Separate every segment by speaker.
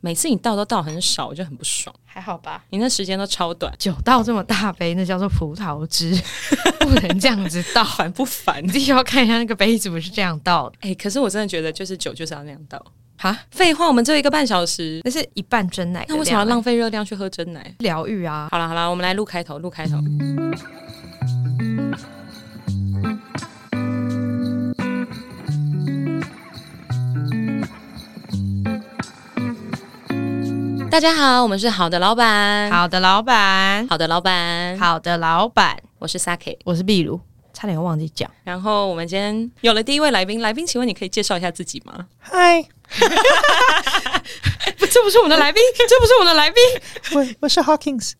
Speaker 1: 每次你倒都倒很少，我就很不爽。
Speaker 2: 还好吧。
Speaker 1: 你那时间都超短，
Speaker 2: 酒倒这么大杯，那叫做葡萄汁， 不能这样子倒。
Speaker 1: 烦不烦
Speaker 2: 你？自己要看一下那个杯子不是这样倒的
Speaker 1: 哎、可是我真的觉得，就是酒就是要那样倒。
Speaker 2: 哈，
Speaker 1: 废话，我们只有一个半小 时，
Speaker 2: 那是一半真奶的
Speaker 1: 那
Speaker 2: 量啊。
Speaker 1: 为什么要浪费热量去喝真奶？
Speaker 2: 疗愈啊？
Speaker 1: 好啦好啦，我们来录开头，录开头。大家好，我们是好的老板，
Speaker 2: 好的，老板，
Speaker 1: 好的老板，，
Speaker 2: 好的，老板，
Speaker 1: 我是 Saki。
Speaker 2: 我是壁炉，嗯差点忘记讲。
Speaker 1: 然后我们今天有了第一位来宾，来宾，请问你可以介绍一下自己 吗？
Speaker 3: 嗨，
Speaker 2: 不，这不是我们的来 宾，这不是我们的来宾。
Speaker 3: 我我是 Hawkins。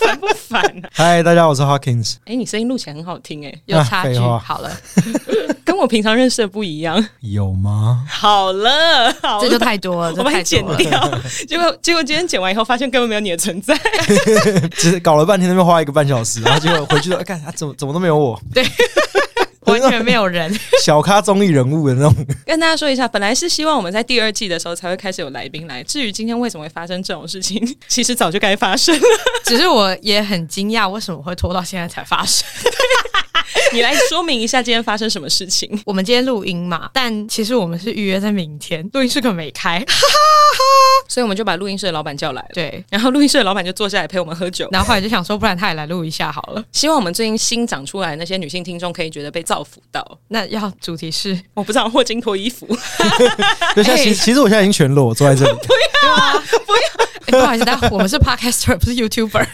Speaker 1: 烦不烦、 啊？
Speaker 3: 嗨，大家，我是 Hawkins。
Speaker 1: 哎、你声音录起来很好听、哎，
Speaker 2: 有差距，
Speaker 3: 啊废话
Speaker 2: 好了，
Speaker 1: 跟我平常认识的不一样。
Speaker 3: 有吗？
Speaker 1: 好了，好了
Speaker 2: 这就太多 了，
Speaker 1: 我
Speaker 2: 这
Speaker 1: 把
Speaker 2: 太
Speaker 1: 你剪
Speaker 2: 多了。
Speaker 1: 掉。结果结果今天剪完以后，发现根本没有你的存在。
Speaker 3: 只是搞了半天，那边花一个半小时，然后结果回去说，哎 看、啊、怎么怎么都没有我，
Speaker 2: 完全没有人，
Speaker 3: 小咖综艺人物的那种。
Speaker 1: 跟大家说一下，本来是希望我们在第二季的时候才会开始有来宾来。至于今天为什么会发生这种事情， 其实早就该发生了。
Speaker 2: 只是我也很惊讶，为什么会拖到现在才发 生？
Speaker 1: 你来说明一下今天发生什么事情。
Speaker 2: 我们今天录音嘛，但其实我们是预约在明天，录音室可没 开。
Speaker 1: 所以我们就把录音室的老板叫来了，
Speaker 2: 对，
Speaker 1: 然后录音室的老板就坐下来陪我们喝酒。
Speaker 2: 然后后来就想说，不然他也来录一下好了。
Speaker 1: 希望我们最近新长出来的那些女性听众可以觉得被造福到。
Speaker 2: 那要主题是，
Speaker 1: 我不知道霍金脱衣服，
Speaker 3: 就现在，其实其实我现在已经全裸，我坐在这里。
Speaker 2: 哎不好意思，但我们是 podcaster，不是 YouTuber，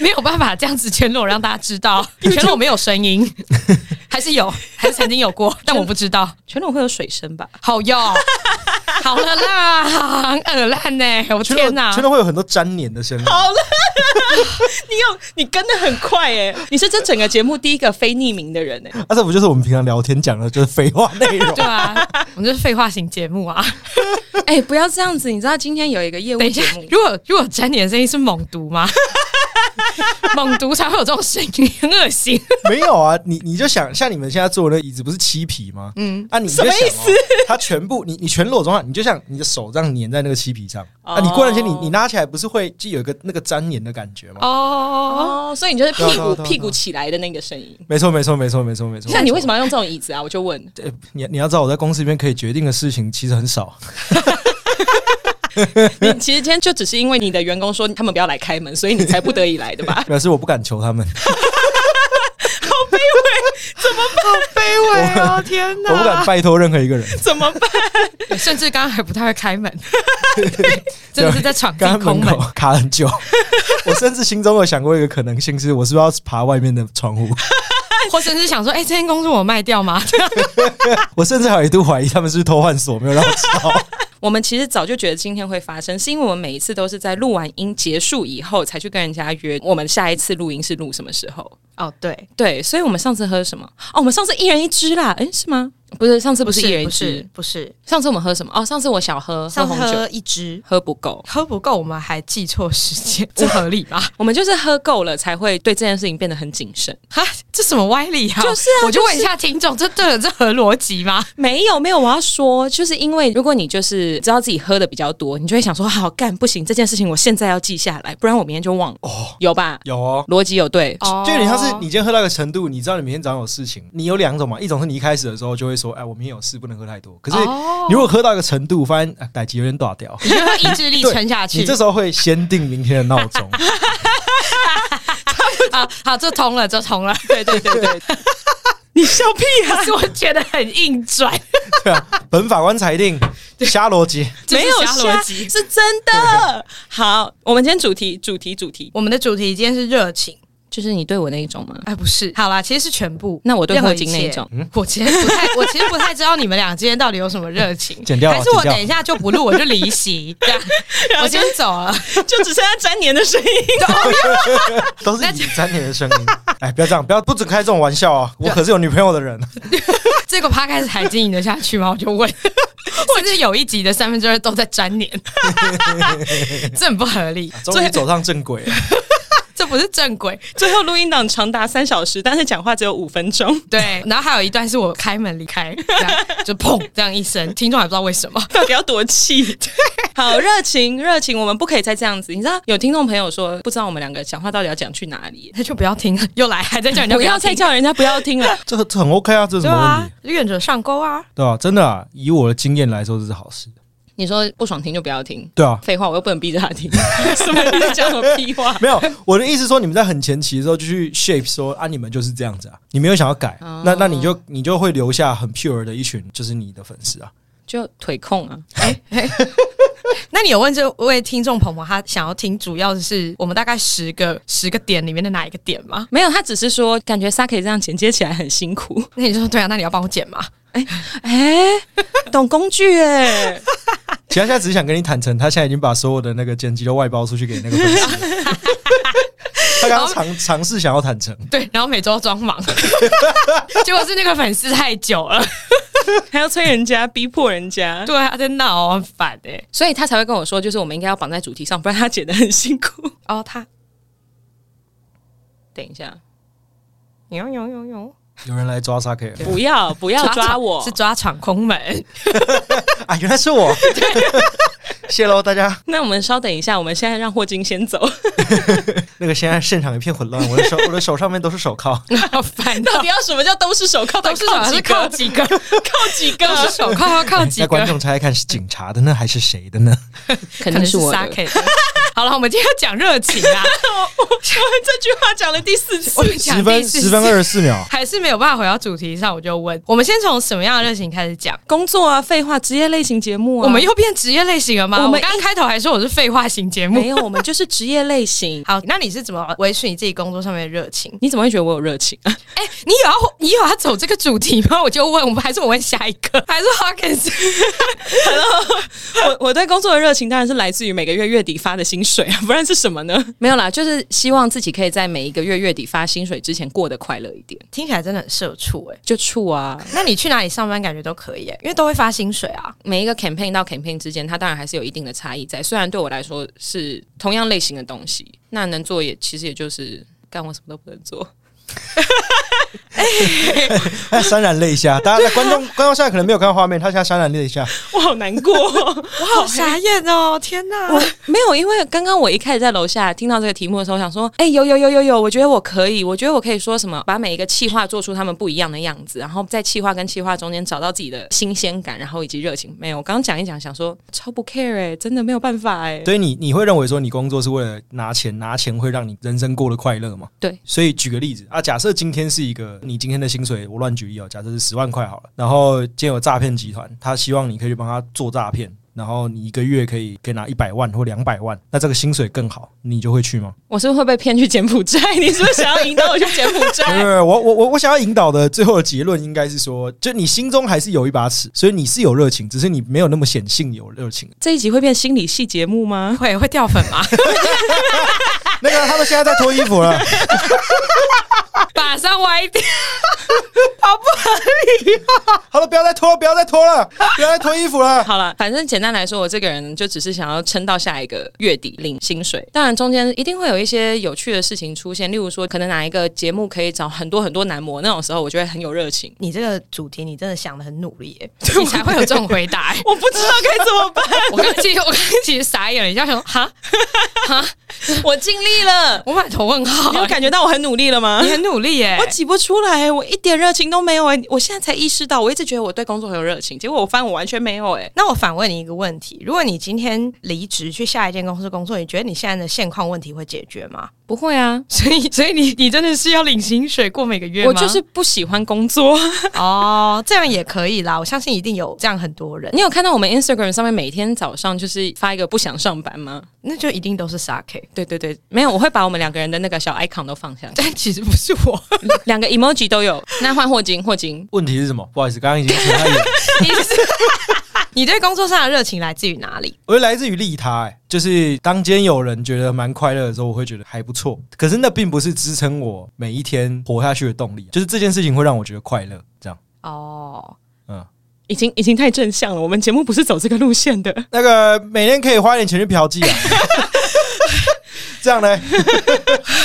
Speaker 2: 没有办法这样子全裸让大家知 道，全裸没有声音，还是有，还是曾经有 过，但我不知道。
Speaker 1: 全裸会有水声吧？
Speaker 2: 好用，好了啦，很恶烂呢、我
Speaker 3: 全裸
Speaker 2: 天哪
Speaker 3: 全！裸会有很多粘黏的声音。
Speaker 1: 好了， 你有你跟的很快哎、你是这整个节目第一个非匿名的人哎、
Speaker 3: 啊，这不就是我们平常聊天讲的，就是废话内容
Speaker 2: 对？啊，我们就是废话型节目 啊。
Speaker 1: 哎、不要这样子，你知道今天有一个业务
Speaker 2: 等一
Speaker 1: 节
Speaker 2: 下
Speaker 1: 目，，
Speaker 2: 如果如果沾你的声音是猛毒 吗？猛毒才会有这种声音，很恶心。
Speaker 3: 没有啊，你你就想像你们现在坐的那椅子不是漆皮吗？嗯，啊，你就
Speaker 1: 什
Speaker 3: 想、
Speaker 1: 么
Speaker 3: 哦
Speaker 1: 意、
Speaker 3: 它全部你你全裸状态，你就像你的手这样粘在那个漆皮上、啊，你过段时间你你拉起来不是会就有一个那个粘黏的感觉吗？
Speaker 2: 哦，
Speaker 1: 哦，所以你就是屁
Speaker 3: 对啊对啊
Speaker 1: 股
Speaker 3: 对啊
Speaker 1: 屁股起来的那个声音。
Speaker 3: 没错，没错，没错，没错，没错。
Speaker 1: 那你为什么要用这种椅子啊？我就问，
Speaker 3: 呃，你你要知道，我在公司里面可以决定的事情其实很少。
Speaker 1: 你其实今天就只是因为你的员工说他们不要来开门，所以你才不得已来的
Speaker 3: ？
Speaker 1: 吧
Speaker 3: 表示我不敢求他们，
Speaker 2: 卑微哦，天
Speaker 3: 我不敢！拜托任何一个人。
Speaker 1: 怎么办？
Speaker 2: 甚至刚刚还不太会开 门，真的是在闯
Speaker 3: 刚
Speaker 2: 进
Speaker 3: 刚
Speaker 2: 空
Speaker 3: 门
Speaker 2: 门
Speaker 3: 口。卡很久，我甚至心中有想过一个可能性是，我是不是要爬外面的窗户？
Speaker 2: 或甚至想说，哎、这间工作我卖掉吗？
Speaker 3: 我甚至还有一度怀疑他们是不是偷换锁，没有让我知道。
Speaker 1: 我们其实早就觉得今天会发生，是因为我们每一次都是在录完音结束以后才去跟人家约，我们下一次录音是录什么时候？
Speaker 2: 哦，对，
Speaker 1: 对，所以我们上次喝什么？哦，我们上次一人一支啦，诶，是吗？不是，上次不是一人一
Speaker 2: 不
Speaker 1: 支
Speaker 2: 是，，不是，
Speaker 1: 上次我们喝什么？哦，上次我小喝，喝
Speaker 2: 上次
Speaker 1: 红酒，
Speaker 2: 喝一支，
Speaker 1: 喝不够，
Speaker 2: 喝不够，我们还记错时间，这合理吧？
Speaker 1: 我们就是喝够了才会对这件事情变得很谨慎。
Speaker 2: 哈，这什么歪理啊？
Speaker 1: 就是啊
Speaker 2: 我就
Speaker 1: 就是
Speaker 2: 问一下听众，这对这合逻辑吗？
Speaker 1: 没有没有，我要说，就是因为如果你就是知道自己喝的比较多，你就会想说，好干不行，这件事情我现在要记下来，不然我明天就忘了。哦，有吧？
Speaker 3: 有哦。
Speaker 1: 逻辑有对。
Speaker 2: 哦
Speaker 3: 就有点像是你今天喝到一个程度，你知道你明天早上有事情，你有两种嘛，一种是你一开始的时候就会说，哎，我明天有事不能喝太多。可是
Speaker 2: 哦
Speaker 3: 你如果喝到一个程度，发现哎，歹吉有点大掉，
Speaker 2: 你就会意志力
Speaker 3: 对
Speaker 2: 撑下去
Speaker 3: 你这时候会先定明天的闹 钟，
Speaker 2: 啊！好，这通了，这通了。
Speaker 1: 对对对对，你笑屁啊！
Speaker 2: 可是我觉得很硬转，
Speaker 3: 对啊，本法官 裁定瞎逻辑，
Speaker 1: 没有
Speaker 2: 就是瞎逻辑
Speaker 1: 是真的。 好，我们今天主题主题主题，
Speaker 2: 我们的主题今天是热情，
Speaker 1: 就是你对我那一种吗？
Speaker 2: 哎，不是，好啦，其实是全部。
Speaker 1: 那我对
Speaker 2: 任何
Speaker 1: 霍金那一
Speaker 2: 切
Speaker 1: 种，
Speaker 3: 嗯
Speaker 2: 我其实不太，我其实不太知道你们俩之间到底有什么热情。
Speaker 3: 剪掉啊
Speaker 2: 还是我
Speaker 3: 剪掉
Speaker 2: 等一下就不录，我就离席， 这样我先走了。
Speaker 1: 就只剩下粘黏的声音。
Speaker 3: 都是以粘黏的声音。 哎，不要这样，不要不准开这种玩笑啊！我可是有女朋友的 人，
Speaker 2: 这个 p 开始还经营得下去吗？我就问， 甚至有一集的三分之二都在粘黏， 这很不合理，
Speaker 3: 啊终于走上正轨了。
Speaker 2: 啊这不是正轨。
Speaker 1: 最后录音档长达三小时，但是讲话只有五分钟。
Speaker 2: 对，然后还有一段是我开门离开，这样就砰这样一声，听众还不知道为什么。
Speaker 1: 到底要多气？好，热情，热情，我们不可以再这样子。你知道有听众朋友说，不知道我们两个讲话到底要讲去哪里？
Speaker 2: 那就不要听了，又来，还在叫人家
Speaker 1: 不要
Speaker 2: 听
Speaker 1: 再，叫人家不要听 了。
Speaker 3: 这个这很 OK 啊，这有
Speaker 2: 对
Speaker 3: 什么问
Speaker 2: 啊
Speaker 3: 题？，
Speaker 2: 愿者上钩啊，
Speaker 3: 对啊，真的啊，以我的经验来说，这是好事。
Speaker 1: 你说不爽听就不要听，
Speaker 3: 对啊，
Speaker 1: 废话，我又不能逼着他听， 什么意思？讲什么屁话？
Speaker 3: 没有，我的意思说，你们在很前期的时候就去 shape 说啊，你们就是这样子啊，你没有想要改，
Speaker 2: 哦
Speaker 3: 那那你就你就会留下很 pure 的一群，就是你的粉丝啊。
Speaker 1: 就腿控啊，
Speaker 2: 那你有问这位听众朋友，他想要听主要的是我们大概十个十个点里面的哪一个点吗？
Speaker 1: 没有，他只是说感觉 Saki 这样剪接起来很辛苦。
Speaker 2: 那你就说对啊，那你要帮我剪吗？
Speaker 1: 哎、懂工具哎、
Speaker 3: 其实他现在只是想跟你坦诚，他现在已经把所有的那个剪辑都外包出去给那个 粉丝。他刚刚尝尝试想要坦诚，
Speaker 2: 对，然后每周 装忙，结果是那个粉丝太久了，
Speaker 1: 还要催人家，逼迫人家，
Speaker 2: 对啊，真的好很烦哎、
Speaker 1: 所以他才会跟我说，就是我们应该要绑在主题上，不然他剪得很辛苦。
Speaker 2: 哦，他
Speaker 1: 等一下，
Speaker 2: 有有有有，
Speaker 3: 有人来抓 s a k
Speaker 2: 哦
Speaker 1: 不要不要抓我，
Speaker 2: 是抓闯空门，
Speaker 3: 啊，原来是我， 谢喽大家。
Speaker 1: 那我们稍等一下，我们现在让霍金先走。
Speaker 3: 那个现在现场一片混乱，我的手 我的手上面都是手铐，
Speaker 2: 好烦
Speaker 1: 到
Speaker 2: 哦
Speaker 1: 底。要什么叫都是手铐？
Speaker 2: 都是手还是靠几个？
Speaker 1: 靠几 个？
Speaker 2: 都是手铐要靠几
Speaker 3: 那观
Speaker 2: 个？
Speaker 3: 众猜猜看是警察的呢，还是谁的呢？
Speaker 1: 肯
Speaker 2: 可能是
Speaker 1: 我
Speaker 2: Sake 的。 好了，我们今天要讲热情 啊，
Speaker 1: 这句话讲了第四次
Speaker 2: 我。们讲
Speaker 3: 十分
Speaker 2: 第四
Speaker 3: 十分
Speaker 2: 次
Speaker 3: 二十四秒，
Speaker 2: 还是没有办法回到主题上，我就问：我们先从什么样的热情开始讲？
Speaker 1: 工作啊，废话，职业类型节目啊，
Speaker 2: 我们又变职业类型了吗？
Speaker 1: 我
Speaker 2: 我
Speaker 1: 们
Speaker 2: 们刚开头还说我是废话型节
Speaker 1: 没
Speaker 2: 目。
Speaker 1: 有，我们就是职业类型。
Speaker 2: 好，那你是怎么维持你自己工作上面的热情？
Speaker 1: 你怎么会觉得我有热 情？
Speaker 2: 哎、你有要你有要走这个主题吗？我就问，我们还是我问下一个， 还是 Hawkins？
Speaker 1: 我我对工作的热情当然是来自于每个月月底发的薪水啊， 不然是什么呢？没有啦，就是希望自己可以在每一个月月底发薪水之前过得快乐一点。
Speaker 2: 听起来真的很社畜哎、
Speaker 1: 就处啊，
Speaker 2: 那你去哪里上班感觉都可以、欸，因为都会发薪水啊。
Speaker 1: 每一个 campaign 到 campaign 之间，它当然还是有一定的差异在。虽然对我来说是同样类型的东西，那能做也其实也就是干我什么都不能做。
Speaker 3: 哎，潸然泪下。大家在观众观众现在可能没有看到画面，他现在潸然泪下。
Speaker 1: 我好难过，我
Speaker 2: 我好傻眼哦！天哪，
Speaker 1: 没有，因为刚刚我一开始在楼下听到这个题目的时候，我想说，哎、有有有有有，我觉得我可以，我觉得我可以说什么，把每一个企划做出他们不一样的样子，然后在企划跟企划中间找到自己的新鲜感，然后以及热情。没有，我刚刚讲一讲，想说超不 care 哎、真的没有办法哎、
Speaker 3: 所以你你会认为说你工作是为了拿钱，拿钱会让你人生过得快乐吗？
Speaker 1: 对。
Speaker 3: 所以举个例子啊，假设今天是一个你今天的薪水，我乱举例哦，假设是十万块好了，然后今天有诈骗集团，他希望你可以去帮他做诈骗。然后你一个月可以可以拿一百万或两百万，那这个薪水更好，你就会去吗？
Speaker 1: 我是不是会被骗去柬埔寨？ 你是不是想要引导我去柬埔
Speaker 3: 没有
Speaker 1: 寨？
Speaker 3: 没有，我我我我想要引导的最后的结论应该是说，就你心中还是有一把尺，所以你是有热情，只是你没有那么显性有热情。
Speaker 1: 这一集会变心理系节目吗？
Speaker 2: 会会掉粉吗？
Speaker 3: 那个他们现在在脱衣服了，
Speaker 2: 马上歪掉。
Speaker 3: 好了，不要再脱了，不要再脱了，不要再脱衣服了。
Speaker 1: 好了，反正简单来说，我这个人就只是想要撑到下一个月底领薪水。当然，中间一定会有一些有趣的事情出现，例如说，可能哪一个节目可以找很多很多男模，那种时候我就会很有热情。
Speaker 2: 你这个主题你真的想的很努 力、欸，你才会有这种回答、欸。
Speaker 1: 我不知道该怎么办，
Speaker 2: 我刚其实我刚其实傻眼了一下，想说哈，
Speaker 1: 我尽力了。
Speaker 2: 我满头问号、
Speaker 1: 你有
Speaker 2: 欸。
Speaker 1: 感觉到我很努力了吗
Speaker 2: 你？很努力耶、欸
Speaker 1: 我挤不出来，我一点热热情都没有哎、我现在才意识到，我一直觉得我对工作很有热情，结果我发现我完全没有哎、
Speaker 4: 那我反问你一个问题：如果你今天离职去下一间公司工作，你觉得你现在的现况问题会解决吗？
Speaker 1: 不会啊，
Speaker 2: 所以，所以你你真的是要领薪水过每个月吗？，
Speaker 1: 我就是不喜欢工作。
Speaker 4: 哦，这样也可以啦，我相信一定有这样很多人，
Speaker 1: 你有看到我们 Instagram 上面每天早上就是发一个不想上班吗？
Speaker 4: 那就一定都是 sake。
Speaker 1: 对对对，没有，我会把我们两个人的那个小 icon 都放下来
Speaker 2: 但其实不是我，
Speaker 1: 两个 emoji 都有。那换霍金，霍金，
Speaker 3: 问题是什么？不好意思，刚刚已经扯太远了。
Speaker 4: 你对工作上的热情来自于哪里？
Speaker 3: 我觉得来自于利他、欸，就是当今天有人觉得蛮快乐的时候，我会觉得还不错。可是那并不是支撑我每一天活下去的动力，啊就是这件事情会让我觉得快乐。这样，
Speaker 4: 哦，
Speaker 3: 嗯，
Speaker 1: 已经已经太正向了。我们节目不是走这个路线的。
Speaker 3: 那个每天可以花点钱去嫖妓啊， 这样呢？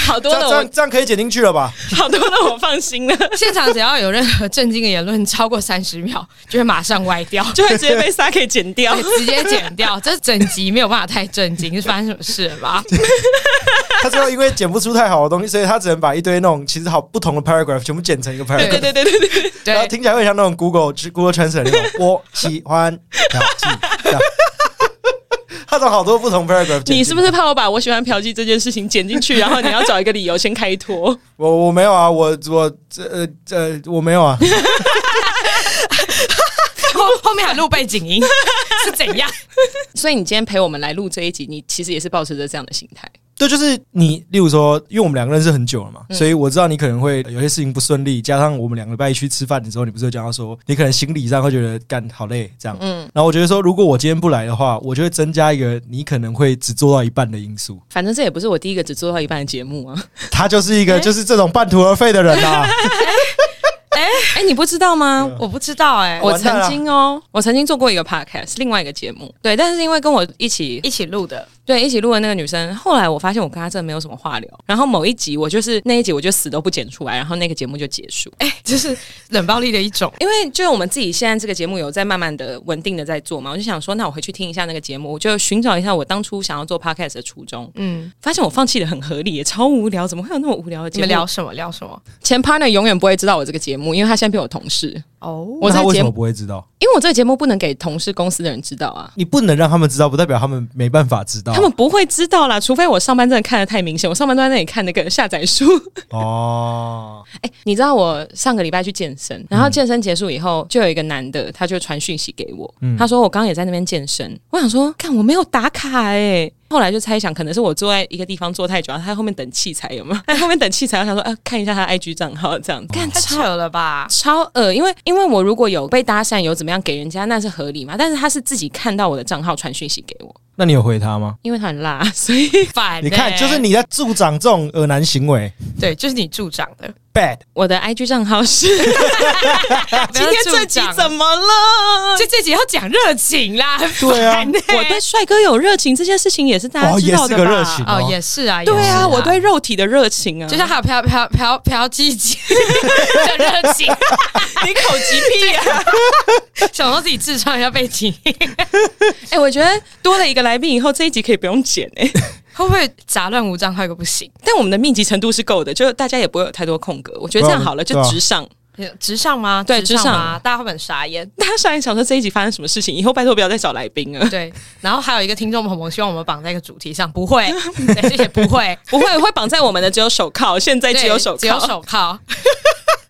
Speaker 1: 好多
Speaker 3: 这样
Speaker 1: 的
Speaker 3: 这样
Speaker 1: 我，
Speaker 3: 这样可以剪进去了吧？
Speaker 1: 好多的我放心了，
Speaker 2: 现场只要有任何震惊的言论超过三十秒，就会马上歪掉。
Speaker 1: 就会直接被 Saki 剪掉
Speaker 2: 对。直接剪掉，这整集没有办法太震惊，是发生什么事了吧？
Speaker 3: 他最后因为剪不出太好的东西，所以他只能把一堆那种其实好不同的 paragraph 全部剪成一个 paragraph。
Speaker 1: 对对对对对，
Speaker 3: 然后
Speaker 2: 对，
Speaker 3: 听起来会像那种 Google Google Translate 那种， 我喜欢嫖妓。这样他从好多不同 paragraph，剪
Speaker 1: 你是不
Speaker 3: 进
Speaker 1: 是
Speaker 3: 来
Speaker 1: 怕我把我喜欢嫖妓这件事情剪进 去，然后你要找一个理由先开脱？
Speaker 3: 我我没有啊，我我这呃这我没 有啊，
Speaker 2: 后 后面还录背 景音是怎样？
Speaker 1: 所以你今天陪我们来录这一集，你其实也是保持着这样的心态。
Speaker 3: 对，就是你，例如说，因为我们两个认识很久了嘛，
Speaker 1: 嗯
Speaker 3: 所以我知道你可能会有些事情不顺利，加上我们两个礼拜一去吃饭的时候，你不是有讲到说，你可能心理上会觉得干好累这样，嗯，然后我觉得说，如果我今天不来的话，我就会增加一个你可能会只做到一半的因素，
Speaker 1: 反正这也不是我第一个只做到一半的节目啊。
Speaker 3: 他就是一个就是这种半途而废的人啊啦、
Speaker 1: 哎、你不知道吗？
Speaker 4: 我不知道哎、
Speaker 1: 我
Speaker 3: 啊完蛋
Speaker 1: 曾
Speaker 3: 了
Speaker 1: 经哦，我曾经做过一个 podcast，另外一个节目，对，但是因为跟我一起
Speaker 4: 一起录 的，
Speaker 1: 对一起录的那个女生，后来我发现我跟她真的没有什么话聊，然后某一集我就是那一集我就死都不剪出来，然后那个节目就结束。
Speaker 2: 哎、这是冷暴力的一种。
Speaker 1: 因为就是我们自己现在这个节目有在慢慢的稳定的在做嘛，我就想说，那我回去听一下那个节目，我就寻找一下我当初想要做 podcast 的初衷。
Speaker 2: 嗯，
Speaker 1: 发现我放弃的很合理耶，超无聊，怎么会有那么无聊的
Speaker 4: 你
Speaker 1: 节目？
Speaker 4: 们聊什么？聊什么？
Speaker 1: 前 partner 永远不会知道我这个节目，因为他现在变我同事。
Speaker 4: 哦，
Speaker 1: 我这
Speaker 3: 那他
Speaker 1: 个
Speaker 3: 为
Speaker 1: 节
Speaker 3: 什么
Speaker 1: 目，
Speaker 3: 不会知道？
Speaker 1: 因为我这个节目不能给同事公司的人知道啊。
Speaker 3: 你不能让他们知道，不代表他们没办法知道。
Speaker 1: 他们不会知道啦，除非我上班真的看得太明显。我上班都在那里看那个下载 书。
Speaker 3: 哦，
Speaker 1: 哎、你知道我上个礼拜去健身，
Speaker 3: 嗯
Speaker 1: 然后健身结束以后，就有一个男的，他就传讯息给我，
Speaker 3: 嗯
Speaker 1: 他说我刚刚也在那边健身。我想说，看我没有打卡哎、 后来就猜想，可能是我坐在一个地方坐太久，他在后面等器材有 吗？他在后面等器材，我想说，啊，看一下他的 IG 账号这样，
Speaker 3: 哦
Speaker 1: 干
Speaker 4: 太
Speaker 1: 超
Speaker 4: 扯了吧！
Speaker 1: 超恶，因为因为我如果有被搭讪，有怎么样给人家，那是合理嘛。但是他是自己看到我的账号传讯息给我，
Speaker 3: 那你有回他吗？
Speaker 1: 因为他很辣，所以
Speaker 2: 反、
Speaker 3: 你看，就是，你在助长这种恶男行为
Speaker 4: 对，就是你助长 的，
Speaker 3: ，bad。
Speaker 1: 我的 IG 账号 是。
Speaker 2: 今天这集怎
Speaker 1: 么啊了？
Speaker 2: 这啊这集要讲热情啦？很
Speaker 3: 对啊
Speaker 2: 烦欸
Speaker 1: 我对帅哥有热情这件事情也是大家
Speaker 3: 哦
Speaker 1: 知道
Speaker 3: 也是
Speaker 1: 的吧？
Speaker 3: 个热情
Speaker 2: 哦，也是啊，也
Speaker 1: 对
Speaker 2: 是
Speaker 1: 啊，我对肉体的热情
Speaker 3: 嗯
Speaker 1: 啊，
Speaker 2: 就像还有嫖嫖嫖嫖妓 节的热情，
Speaker 1: 你口疾癖啊。
Speaker 2: 想说自己智商一下背景音，
Speaker 1: 哎、我觉得多了一个来宾以后，这一集可以不用剪哎、
Speaker 2: 会不会杂乱无章快个不行？
Speaker 1: 但我们的密集程度是够的，就大家也不会有太多空格。我觉得这样好了，
Speaker 3: 对
Speaker 1: 就
Speaker 3: 啊
Speaker 1: 直上。
Speaker 4: 直上吗？
Speaker 1: 对
Speaker 4: 直
Speaker 1: 直
Speaker 4: 吗
Speaker 1: 上？
Speaker 4: 大家会不会很傻眼。
Speaker 1: 大家上一想说这一集发生什么事情，以后拜托不要再找来宾了。
Speaker 2: 对，然后还有一个听众朋友希望我们绑在一个主题上，不会，对谢谢，不会，
Speaker 1: 不会会绑在我们的只有手铐，现在
Speaker 2: 对
Speaker 1: 只有手铐。
Speaker 2: 只有手铐，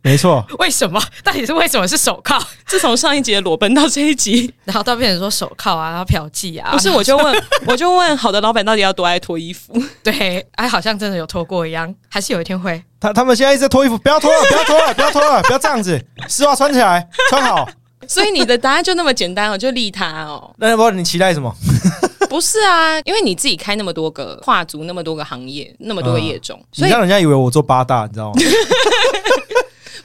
Speaker 3: 没错，
Speaker 2: 为什么？到底是为什么是手铐？
Speaker 1: 自从上一集的裸奔到这一集，
Speaker 2: 然后到变成说手铐啊，然后嫖妓 啊，
Speaker 1: 不是我就问，我就问好的老板到底要多爱脱衣服？
Speaker 2: 对，哎，好像真的有脱过一样，还是有一天会。
Speaker 3: 他他们现在一直在脱衣服，不要脱了，不要脱了，不要脱了，不要这样子，丝袜穿起来，穿好。
Speaker 1: 所以你的答案就那么简单哦，就利他哦。
Speaker 3: 那不知道你期待什么？
Speaker 1: 不是啊，因为你自己开那么多个跨足那么多个行业，那么多个业种，
Speaker 3: 嗯你
Speaker 1: 所以
Speaker 3: 让人家以为我做八大，你知道吗？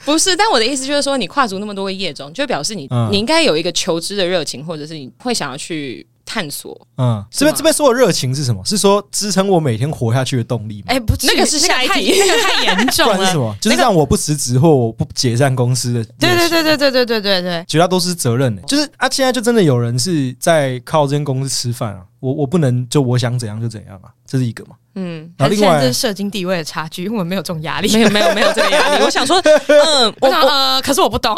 Speaker 1: 不是。但我的意思就是说，你跨足那么多个业种，就表示你、
Speaker 3: 嗯
Speaker 1: 你应该有一个求知的热情，或者是你会想要去探索。
Speaker 3: 嗯，这
Speaker 1: 吗
Speaker 3: 边这边说的热情是什么？是说支撑我每天活下去的动力吗？
Speaker 2: 哎，不至于，
Speaker 1: 那个是下一
Speaker 2: 那个太
Speaker 1: 题
Speaker 2: 那个太严
Speaker 3: 不
Speaker 2: 重
Speaker 3: 然是什
Speaker 2: 了。
Speaker 3: 么？就是让我不辞职或我不解散公司的。
Speaker 4: 对对。对对对对对对对，
Speaker 3: 绝大多数是责任、欸，就是啊，现在就真的有人是在靠这间公司吃饭啊，我我不能就我想怎样就怎样啊，这是一个嘛。
Speaker 1: 嗯，
Speaker 4: 还是
Speaker 3: 然后另
Speaker 4: 现在
Speaker 3: 外
Speaker 4: 这是社经地位的差距，因为我们没有这种压力。
Speaker 1: 没有没有 没有这个压力。我想说，嗯，
Speaker 2: 我
Speaker 1: 我
Speaker 2: 想
Speaker 1: 我
Speaker 2: 呃，可是我不懂，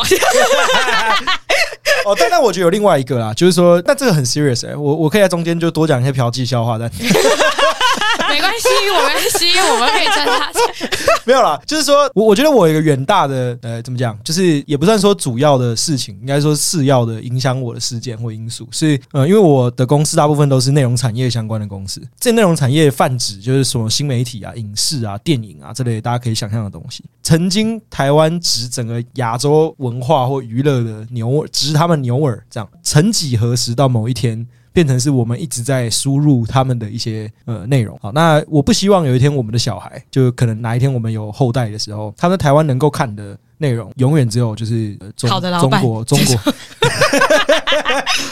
Speaker 3: 哦，但但我觉得有另外一个啦，就是说，那这个很 serious 哎、我我可以在中间就多讲一些嫖妓笑话，但
Speaker 2: 没关系，我没关系，我们可以站他。
Speaker 3: 没有啦，就是说我我觉得我有一个远大的呃，怎么讲，就是也不算说主要的事情，应该说次要的影响我的事件或因素是呃，因为我的公司大部分都是内容产业相关的公司，这内容产业泛指就是什么新媒体啊、影视啊、电影啊这类大家可以想象的东西。曾经台湾指整个亚洲文化或娱乐的牛耳，指他们牛耳这样，曾几何时到某一天。变成是我们一直在输入他们的一些呃内容。好，那我不希望有一天我们的小孩，就可能哪一天我们有后代的时候，他们在台湾能够看的内容，永远只有就是、呃中
Speaker 2: 好的老
Speaker 3: 中
Speaker 2: 板
Speaker 3: 国中国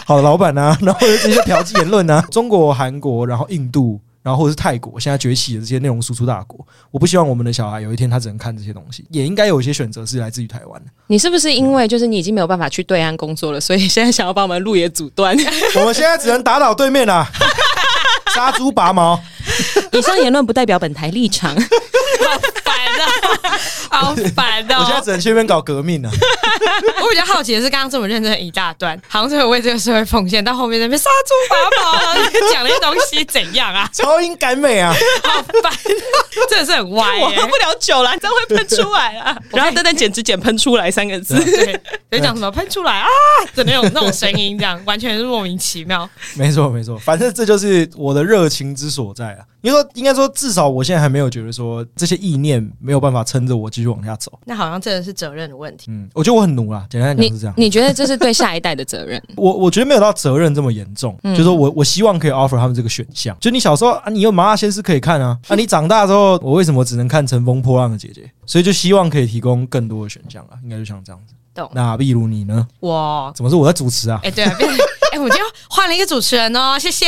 Speaker 3: 好的老板啊， 然后或者是一些嫖妓言论啊，中国、韩国，然后印度。然后或者是泰国现在崛起的这些内容输出大国，我不希望我们的小孩有一天他只能看这些东西，也应该有一些选择是来自于台湾的。
Speaker 1: 你是不是因为就是你已经没有办法去对岸工作了，所以现在想要把我们路也阻 断？
Speaker 3: 我们现在只能打倒对面啦、杀猪 拔毛。
Speaker 2: 哦
Speaker 1: 以上言论不代表本台立场。
Speaker 2: 好烦哦，好烦
Speaker 3: 我现在
Speaker 2: 哦！
Speaker 3: 只能去那边搞革命了、啊
Speaker 2: 我比较好奇的是，刚刚这么认真的一大段，好像是有为这个社会奉献，到后面那边杀猪拔毛，讲那些东西怎样 啊？
Speaker 3: 超英赶美啊！
Speaker 2: 好烦、哦，真的是很歪、
Speaker 1: 哎我
Speaker 2: 耶。
Speaker 1: 喝不了酒啦，这样会喷出来 啊！然后蛋蛋简直简喷出来三个字，
Speaker 2: 对，就讲什么喷出来啊的那种那种声音，这样完全是莫名其妙。
Speaker 3: 没错没错，反正这就是我的热情之所在啊。你说，应该说，至少我现在还没有觉得说这些意念没有办法撑着我继续往下走。
Speaker 4: 那好像真的是责任的问题。
Speaker 3: 嗯，我觉得我很努啦，简单来
Speaker 1: 你
Speaker 3: 讲是这样。
Speaker 1: 你觉得啊这是对下一代的责任？
Speaker 3: 我我觉得没有到责任这么严重，就是说我我希望可以 offer 他们这个选项。就你小时候啊，你有麻辣鲜师可以看啊，啊，你长大之后，我为什么只能看《乘风破浪的姐姐》？所以就希望可以提供更多的选项啊，应该就像这样子。
Speaker 4: 懂
Speaker 3: 那例如你呢？
Speaker 2: 我
Speaker 3: 怎么是我在主持啊？
Speaker 2: 哎、对啊，变成哎、我今天换了一个主持人哦，谢 谢。